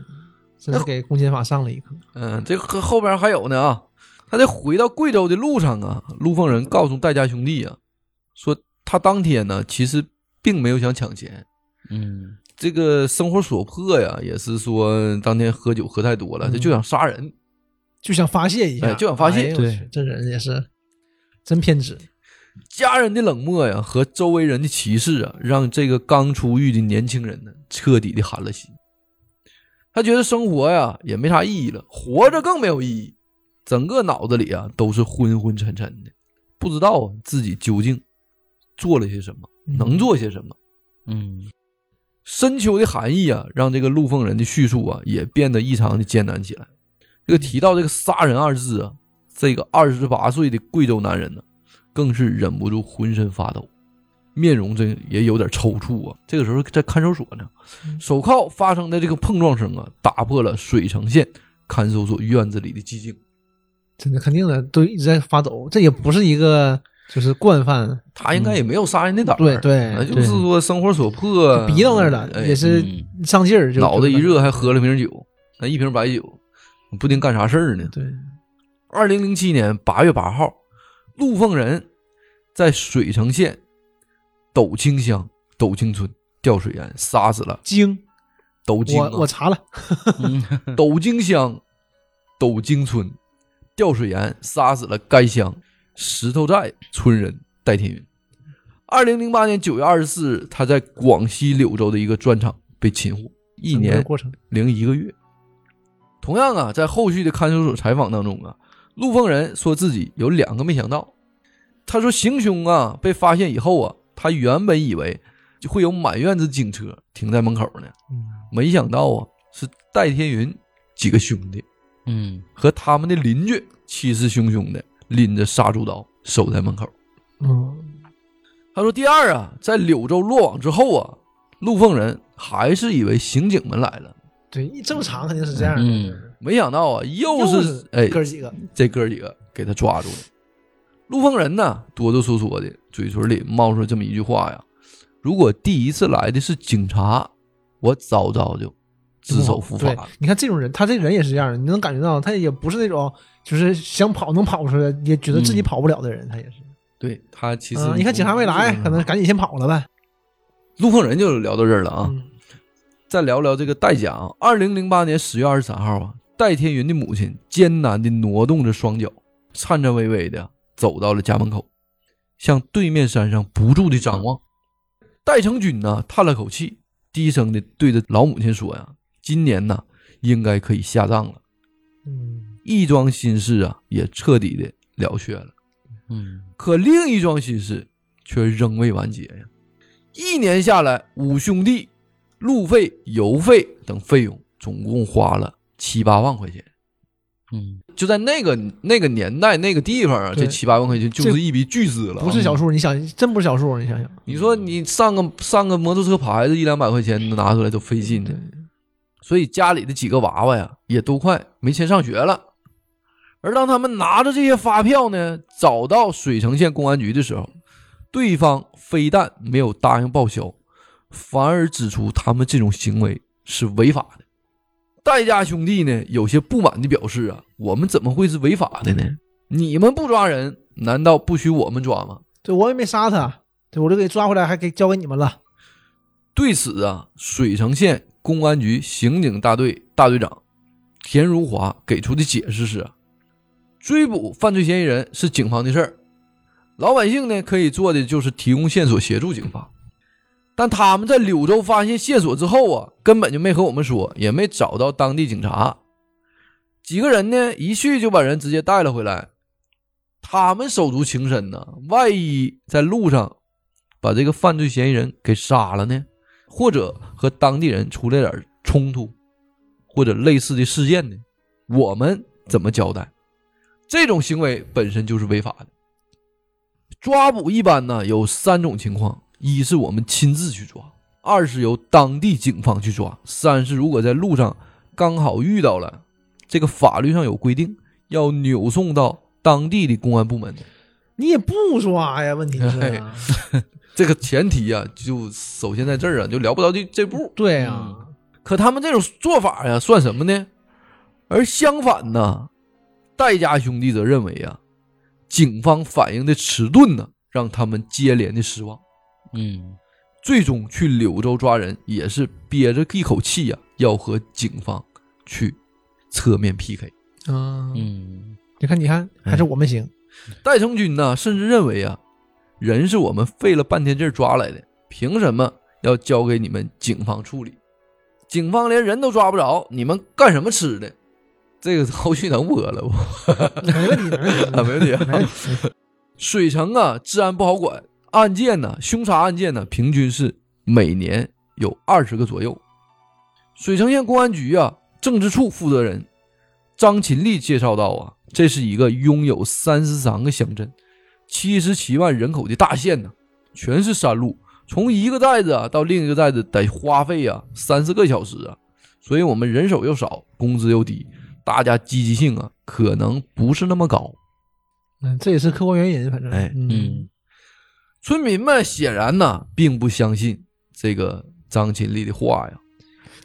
真是给公检法上了一课，
嗯，这和后边还有呢啊。他在回到贵州的路上啊，陆凤人告诉戴家兄弟啊，说他当天呢其实并没有想抢钱，
嗯
这个生活所迫呀，也是说当天喝酒喝太多了，他就想杀人。
就想发泄一下，
哎就想发泄
哎呦
对
我去这人也是真偏执，
家人的冷漠呀和周围人的歧视啊，让这个刚出狱的年轻人呢彻底的寒了心。他觉得生活呀也没啥意义了，活着更没有意义，整个脑子里啊都是昏昏沉沉的，不知道啊自己究竟做了些什么，
嗯
能做些什么。
嗯
深秋的寒意啊，让这个陆凤人的叙述啊也变得异常的艰难起来。这个提到这个杀人二字啊，这个二十八岁的贵州男人呢，更是忍不住浑身发抖，面容这也有点抽搐啊。这个时候在看守所呢，
嗯
手铐发生的这个碰撞声啊，打破了水城县看守所院子里的寂静。
真的肯定的都一直在发抖，这也不是一个就是惯犯，
他应该也没有杀人的胆儿、
嗯对对
那就是说生活所迫
逼到那儿了，
哎
也是
嗯
上劲儿，就
脑袋一，热还喝了瓶酒，那一瓶白酒，不定干啥事儿呢。
对，
二零零七年八月八号，陆凤人在水城县斗清乡斗清村吊水岩杀死了
惊，
斗京、啊
我我查了，
斗京乡斗京村吊水岩杀死了该乡石头寨村人戴天云。二零零八年九月二十四日，他在广西柳州的一个砖厂被擒获，一
整个
年
过程，
零一个月。同样啊，在后续的看守所采访当中啊，陆凤仁说自己有两个没想到。他说行凶啊被发现以后啊，他原本以为就会有满院子警车停在门口呢，
嗯
没想到啊是戴天云几个兄弟
嗯
和他们的邻居气势汹汹的拎着杀猪刀守在门口。
嗯，
他说：“第二啊，在柳州落网之后啊，陆凤仁还是以为刑警们来了，
对，一正常肯定是这样的，
嗯
就是
没想到啊，又
又
是哎
哥儿几个，
这哥几个给他抓住了。陆凤仁呢，哆哆嗦嗦的，嘴唇里冒出这么一句话呀：“如果第一次来的是警察，我早早就自首伏法
对
了。，
你看这种人，他这人也是这样的，你能感觉到他也不是那种就是想跑能跑出来，也觉得
嗯
自己跑不了的人，他也是。
对”他其实、
嗯，你看警察没来，可能赶紧先跑了呗。
陆凤仁就聊到这儿了啊。
嗯
再聊聊这个代价啊。二零零八年十月二十三号啊，戴天云的母亲艰难地挪动着双脚，颤颤巍巍地走到了家门口，向对面山上不住地张望。戴成军呢，叹了口气，低声地对着老母亲说呀：“今年呢，应该可以下葬了。
嗯”
一桩心事啊，也彻底的了却了。
嗯
可另一桩心事却仍未完结呀。一年下来，五兄弟路费、油费等费用总共花了七八万块钱。
嗯，
就在那个那个年代、那个地方啊，
对
这七八万块钱就是一笔巨资了啊。
不是小数，你想真不是小数，你想想，
你说你上个上个摩托车牌子一两百块钱拿出来都费劲呢，所以家里的几个娃娃呀也都快没钱上学了。而当他们拿着这些发票呢，找到水城县公安局的时候，对方非但没有答应报销，反而指出他们这种行为是违法的。戴家兄弟呢，有些不满地表示啊，我们怎么会是违法的呢？你们不抓人，难道不许我们抓吗？
对我也没杀他，对我就给抓回来，还给交给你们了。
对此啊，水城县公安局刑警大队大队长田如华给出的解释是啊：追捕犯罪嫌疑人是警方的事儿，老百姓呢可以做的就是提供线索协助警方。但他们在柳州发现线索之后啊，根本就没和我们说，也没找到当地警察。几个人呢，一去就把人直接带了回来。他们手足情深呐，万一在路上把这个犯罪嫌疑人给杀了呢？或者和当地人出了点冲突，或者类似的事件呢？我们怎么交代？这种行为本身就是违法的。抓捕一般呢有三种情况：一是我们亲自去抓，二是由当地警方去抓，三是如果在路上刚好遇到了，这个法律上有规定要扭送到当地的公安部门的。
你也不抓呀？问题是
哎，这个前提啊，就首先在这儿啊，就聊不到这这步。
对啊呀，
可他们这种做法呀，算什么呢？而相反呢，戴家兄弟则认为啊，警方反应的迟钝呢，让他们接连的失望，
嗯
最终去柳州抓人也是憋着一口气呀、要和警方去侧面 PK。
嗯，
嗯
你看，你看，还是我们行。
戴成军呢，甚至认为啊，人是我们费了半天劲儿抓来的，凭什么要交给你们警方处理？警方连人都抓不着，你们干什么吃的？这个 后续能播了不？
没问题，没问
啊，
题，
没问题
没问
啊。
题。
水城啊，治安不好管，案件呢，凶杀案件呢，平均是每年有二十个左右。水城县公安局啊，政治处负责人张勤力介绍到啊，这是一个拥有三十三个乡镇、七十七万人口的大县呢、全是山路，从一个寨子啊到另一个寨子得花费啊三四个小时啊，所以我们人手又少，工资又低，大家积极性啊，可能不是那么高。
嗯，这也是客观原因，反正，
哎
嗯，
嗯，
村民们显然呢，并不相信这个张勤力的话呀。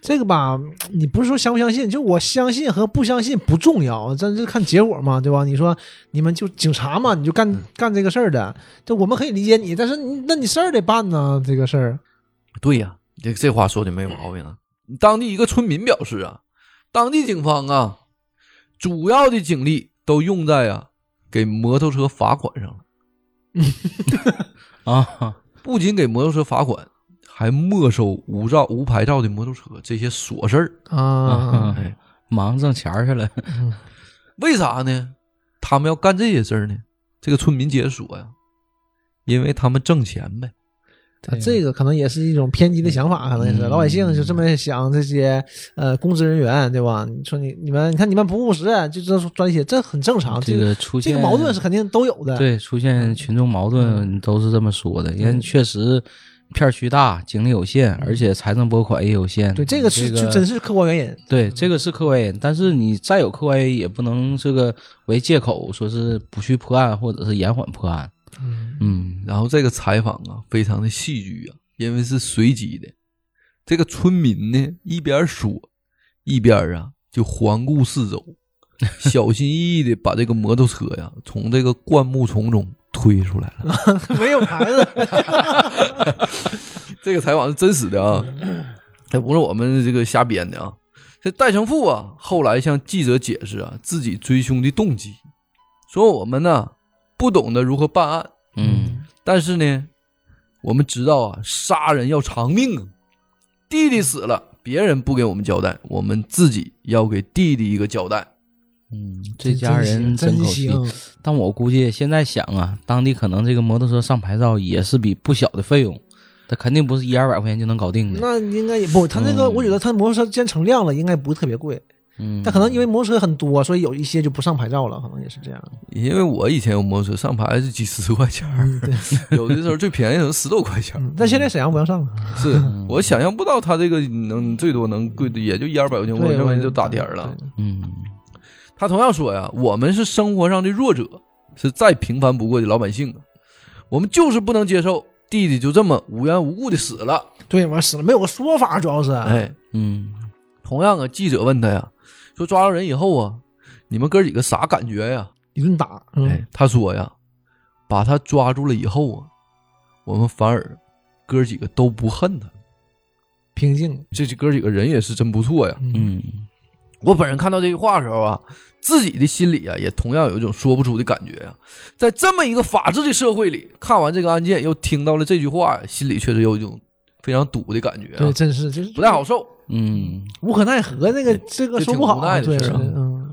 这个吧，你不是说相不相信，就我相信和不相信不重要，咱就看结果嘛，对吧？你说你们就警察嘛，你就干、干这个事儿的，这我们可以理解你，但是你那你事儿得办呢，这个事儿，
对呀、这这话说的没毛病啊。当地一个村民表示啊，当地警方啊，主要的警力都用在啊给摩托车罚款上了，
啊，
不仅给摩托车罚款，还没收无照无牌照的摩托车这些琐事儿。
嗯
啊，
哎，
忙挣钱儿去了，
为啥呢？他们要干这些事儿呢？这个村民解说呀、因为他们挣钱呗。
啊这个可能也是一种偏激的想法，可能也是、
嗯
老百姓就这么想这些呃公职人员，对吧？你说你你们你看你们不务实，啊就这专写，这很正常，这
这
个
个出
这
现
个矛盾是肯定都有的，嗯
对，出现群众矛盾都是这么说的，因为确实片区大，警力有限，而且财政拨款也有
嗯
限。
对，这个是就
个
真是客观原因，
对，这个是客观原因，但是你再有客观原因，也不能这个为借口说是不去破案或者是延缓破案。嗯
然后这个采访啊，非常的戏剧啊，因为是随机的。这个村民呢，一边说，一边啊就环顾四周，小心翼翼的把这个摩托车呀从这个灌木丛中推出来了。
没有牌子，
这个采访是真实的啊，这不是我们这个瞎编的啊。这戴成富啊，后来向记者解释啊，自己追凶的动机，说我们呢不懂得如何办案，
嗯
但是呢，我们知道啊，杀人要偿命啊。弟弟死了，别人不给我们交代，我们自己要给弟弟一个交代。
嗯，这家人
真啊
口气
行。。
但我估计现在想啊，当地可能这个摩托车上牌照也是笔不小的费用，它肯定不是一二百块钱就能搞
嗯
定的。
那应该也不，他那个
嗯
我觉得他摩托车既然成量了，应该不是特别贵。
嗯，
但可能因为摩托车很多，所以有一些就不上牌照了，可能也是这样。
因为我以前有摩托车，上牌是几十块钱儿，有的时候最便宜可能十多块钱儿。
嗯，但现在沈阳不让上了，
是我想象不到他这个能最多能贵的也就一二百块钱，我
对
认为
我
就打点儿了。
嗯
他同样说呀，我们是生活上的弱者，是再平凡不过的老百姓啊，我们就是不能接受弟弟就这么无缘无故的死了。
对，完死了没有个说法，主要是。
哎，
嗯
同样啊，记者问他呀，说抓着人以后啊，你们哥几个啥感觉呀？
一顿打，嗯，
哎，他说呀，把他抓住了以后啊，我们反而哥几个都不恨他。
平静，
这这哥几个人也是真不错呀。
嗯，
嗯
我本人看到这句话的时候啊，自己的心里啊也同样有一种说不出的感觉呀、在这么一个法治的社会里，看完这个案件又听到了这句话呀，心里确实有一种非常堵的感觉、啊
对，，真是就是
不太好受。
嗯，
无可奈何，那个这个
这
说
挺
不好
无，奈的
对，
事儿啊
嗯。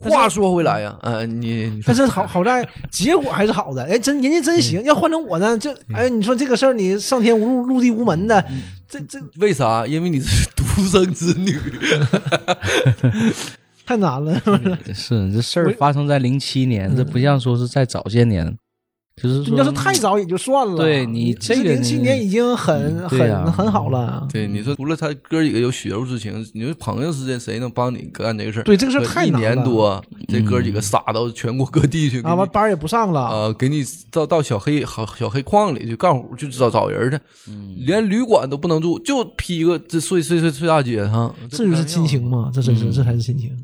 但是
话说回来呀，呃，你你说
但是好好在结果还是好的，哎，真人家真行。要换成我呢，这哎，你说这个事儿，你上天无路，入地无门的，这这
为啥？因为你是独生子女。
太难了，是不是？
是这事儿发生在零七年，这不像说是在早些年，就
嗯
是
你
说
要是太早也就算了，
对你这个
零七年已经很
嗯对呀嗯
很很好了。
对，你说除了他哥几个有血肉之情，你说朋友之间谁能帮你干这个事儿？
对这个事儿太
一
难了嗯
年多，这哥几个撒到全国各地去，给
啊，
你
完班儿也不上了，
啊，给你到到小黑好小黑矿里去干活去找找人去，
嗯
连旅馆都不能住，就披个这睡睡睡睡大街上，这
至于
不
是
太
亲
妙
情吗？这真
嗯
是这才是亲情。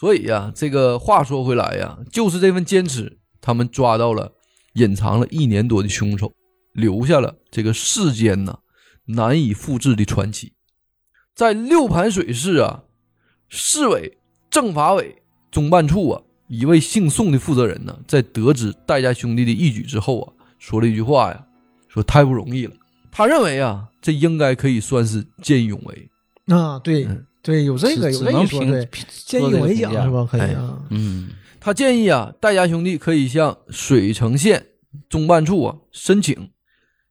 所以呀、这个话说回来呀、就是这份坚持，他们抓到了隐藏了一年多的凶手，留下了这个世间呐难以复制的传奇。在六盘水市啊，市委、政法委、中办处啊，一位姓宋的负责人呢，在得知戴家兄弟的义举之后啊，说了一句话呀，说太不容易了。他认为啊，这应该可以算是见义勇为。
啊，对
嗯
对，有这个有
只只
这
能
一说，
凭
对，
凭
见义
做这
勇
个
为
评
奖
价
是吧？可
哎
以啊，
嗯
他建议啊，戴家兄弟可以向水城县中办处啊申请，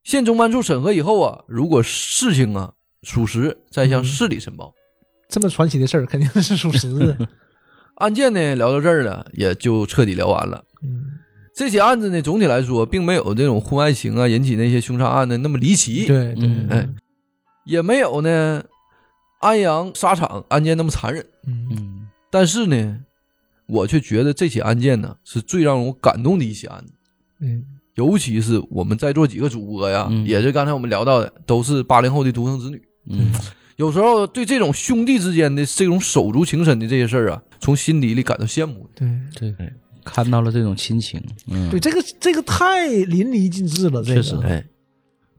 县中办处审核以后啊，如果事情啊属实，再向市里申报。
这么传奇的事儿肯定是属实 的。
案件呢聊到这儿了，也就彻底聊完了。
嗯，
这起案子呢，总体来说并没有这种婚外情啊引起那些凶杀案的那么离奇，
对对，
嗯
哎也没有呢安阳沙场案件那么残忍。
嗯，
嗯
但是呢，我却觉得这起案件呢是最让我感动的一起案子，
嗯
尤其是我们在座几个主播呀，
嗯
也是刚才我们聊到的，都是八零后的独生子女。
嗯，
有时候对这种兄弟之间的这种手足情深的这些事儿啊，从心底里感到羡慕
对
对，看到了这种亲情，嗯，
对，这个这个太淋漓尽致了，这
确实
个
的。哎，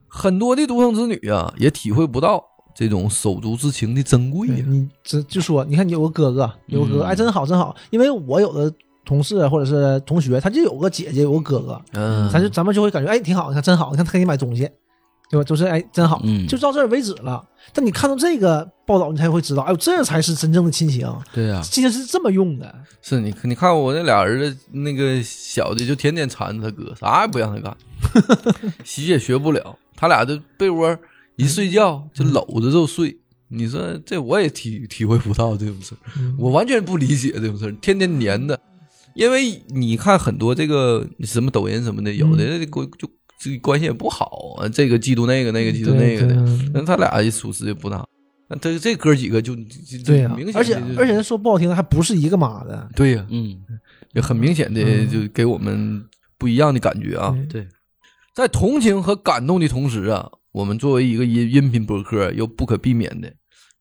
很多的独生子女啊，也体会不到这种手足之情的珍贵
对
呀、
你这就说，你看你有个哥哥，有个哥哥，
嗯
哎，真好真好，因为我有的同事啊或者是同学，他就有个姐姐，有个哥哥，
嗯，
咱就咱们就会感觉，哎，挺好，你看真好，你看他给你买东西，对吧？就是哎，真好，
嗯
就到这儿为止了。但你看到这个报道，你才会知道，哎呦，这才是真正的亲情，
对啊，
亲情是这么用的。
是你你看我那俩儿子，那个小的就天天缠着他哥，啥也不让他 干，洗也学不了，他俩这被窝一睡觉
嗯
就搂着就睡。你说这我也体体会不到这种事儿，
嗯
我完全不理解这种事儿，天天粘的。因为你看很多这个什么抖音什么的，有
嗯
的关就就关系也不好啊，这个嫉妒那个，那个嫉妒那个的，那他俩也属实也不大。那这这哥几个就就就
对呀、啊
明显
而且
的就
而且说不好听，还不是一个妈的。
对呀、
嗯，
也很明显的
嗯
就给我们不一样的感觉啊。
嗯
对，
在同情和感动的同时啊，我们作为一个音音频博客，又不可避免的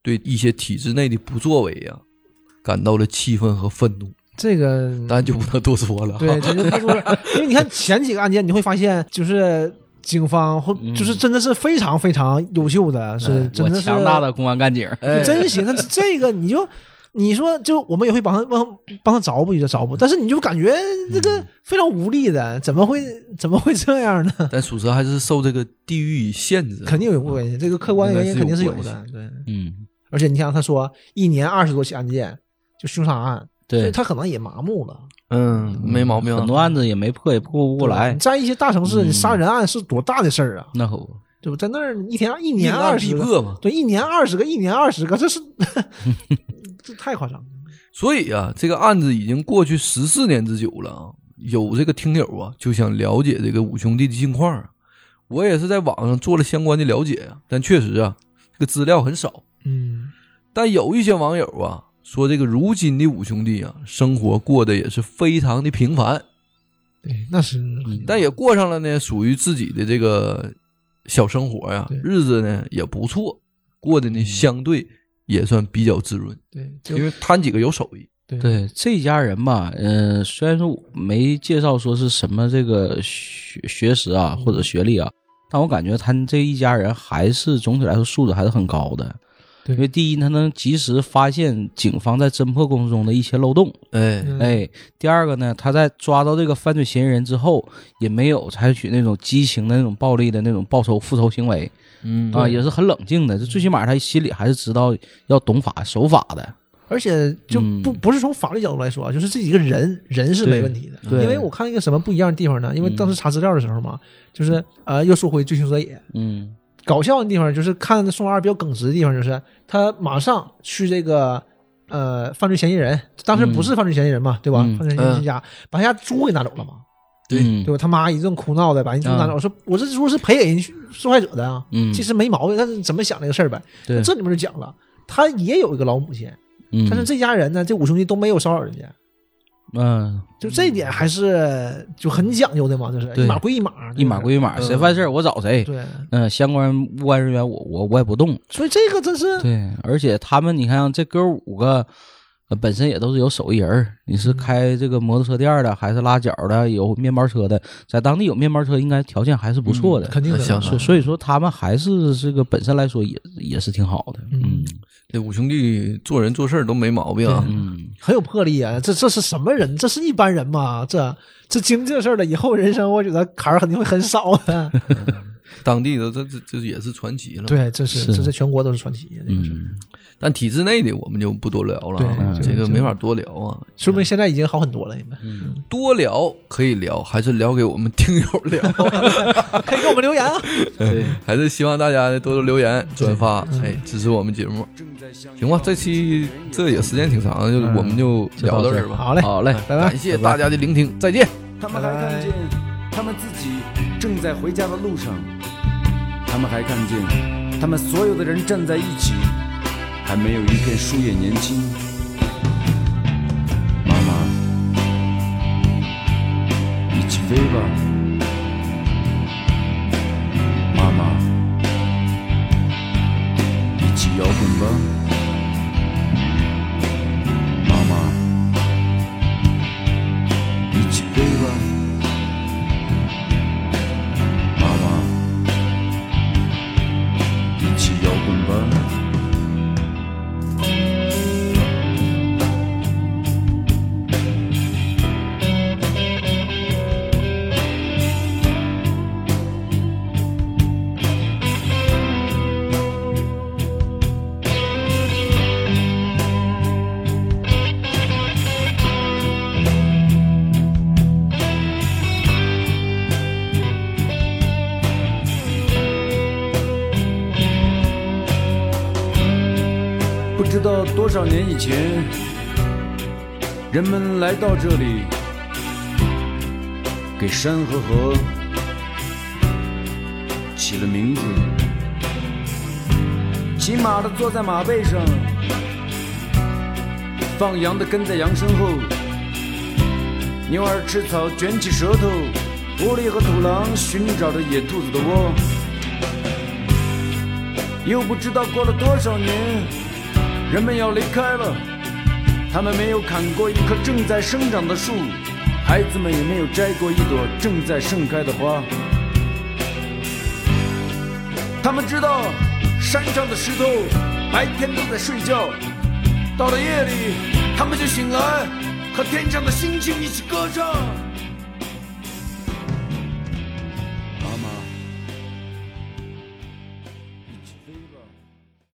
对一些体制内的不作为呀、感到了气愤和愤怒，
这个
当然就不能多说了哈。
嗯对，这就太多 了。因为你看前几个案件，你会发现就是。警方或
嗯
就是真的是非常非常优秀的，是真
哎我
的是
强大的公安干警，
哎，
真行。但是这个你就你说，就我们也会帮他帮帮他找补，也就找补，但是你就感觉这个非常无力的，怎么会怎么会这样呢？
但属实还是受这个地域限制。
肯定有关系，这个客观原因肯定是有
应该是有
的。对，
嗯，
而且你想，他说一年二十多起案件，就凶杀案，所以
对，
他可能也麻木了。
嗯，没毛病啊。
很多案子也没破，也破不过来
你，在一些大城市，你杀人案是多大的事儿啊？
那可不，
对吧？在那儿一天一
一
年二
必
十个，
破嘛。
对，一年二十个，一年二十个，这是这太夸张了。
所以啊，这个案子已经过去十四年之久了啊。有这个听友啊，就想了解这个五兄弟的近况啊。我也是在网上做了相关的了解啊，但确实啊，这个资料很少。
嗯，
但有一些网友啊说，这个如今的五兄弟啊，生活过得也是非常的平凡，
对，那是
嗯
但也过上了呢属于自己的这个小生活呀、
对
日子呢也不错，过得呢相对也算比较滋润，
对，就
因为摊几个有手艺。
对这家人吧，嗯、虽然说没介绍说是什么这个学学识啊
嗯
或者学历啊，但我感觉他们这一家人还是总体来说素质还是很高的。
对
因为第一，他能及时发现警方在侦破过程中的一些漏洞，
哎，
嗯
哎，第二个呢，他在抓到这个犯罪嫌疑人之后，也没有采取那种激情的那种暴力的那种报仇复仇行为
嗯
啊，也是很冷静的，就最起码他心里还是知道要懂法守法的，
而且就不、
嗯
不是从法律角度来说啊，就是这几个人人是没问题的。
对嗯
因为我看一个什么不一样的地方呢？因为当时查资料的时候嘛，就是呃，又说回《追凶者也》，
嗯
搞笑的地方就是看宋二比较耿直的地方，就是他马上去这个呃犯罪嫌疑人，当时不是犯罪嫌疑人嘛，对吧？
嗯
犯罪嫌疑人家、把他家猪给拿走了嘛，
对
嗯
对吧？他妈一顿哭闹的，把人猪拿走，
啊
我说我这猪是赔给人受害者的啊，
嗯
其实没毛病，但是怎么想这个事儿呗？
对
这里面就讲了，他也有一个老母亲。
嗯
但是这家人呢，这五兄弟都没有骚扰人家，
嗯，
就这一点还是就很讲究的嘛，就是
对
一码归一码，
一码归一码，
嗯
谁犯事儿我找谁。
对，
嗯，相关无关人员我我我也不动。
所以这个真 是
对，而且他们你看这哥五个。呃本身也都是有手艺人儿，你是开这个摩托车店儿的，还是拉脚的，有面包车的，在当地有面包车，应该条件还是不错的。
嗯肯定的，
想
所所以说，他们还是这个本身来说也也是挺好的。嗯
嗯
这五兄弟做人做事儿都没毛病啊。
嗯，
很有魄力啊！这这是什么人？这是一般人吗？这这经这事儿了以后，人生我觉得坎儿肯定会很少啊的。
当地的这这这也是传奇了。，
对，这是
是
这在全国都是传奇，这个是
嗯
但体制内的我们就不多聊了啊，
对
这
这
个
个
没法多聊啊。
说明现在已经好很多了。你
嗯
们
多聊可以聊，还是聊给我们听友聊，
可以给我们留言啊！
对，
还是希望大家多多留言、转发，
嗯
哎，支持我们节目。行吧，这期这也时间挺长的，
嗯
就我们就聊到这儿吧。
好嘞，
好嘞，
拜拜
感。谢大家的聆听，再见。
他们还看见他们自己正在回家的路上，他们还看见他们所有的人站在一起，还没有一片树叶年轻。飞吧，妈妈，一起摇滚吧，妈妈，一起飞吧，妈妈，一起摇滚吧。不知道多少年以前，人们来到这里，给山和河起了名字。骑马的坐在马背上，放羊的跟在羊身后，牛儿吃草卷起舌头，狐狸和土狼寻找着野兔子的窝。又不知道过了多少年。人们要离开了，他们没有砍过一棵正在生长的树，孩子们也没有摘过一朵正在盛开的花。他们知道，山上的石头白天都在睡觉，到了夜里，他们就醒来，和天上的星星一起歌唱。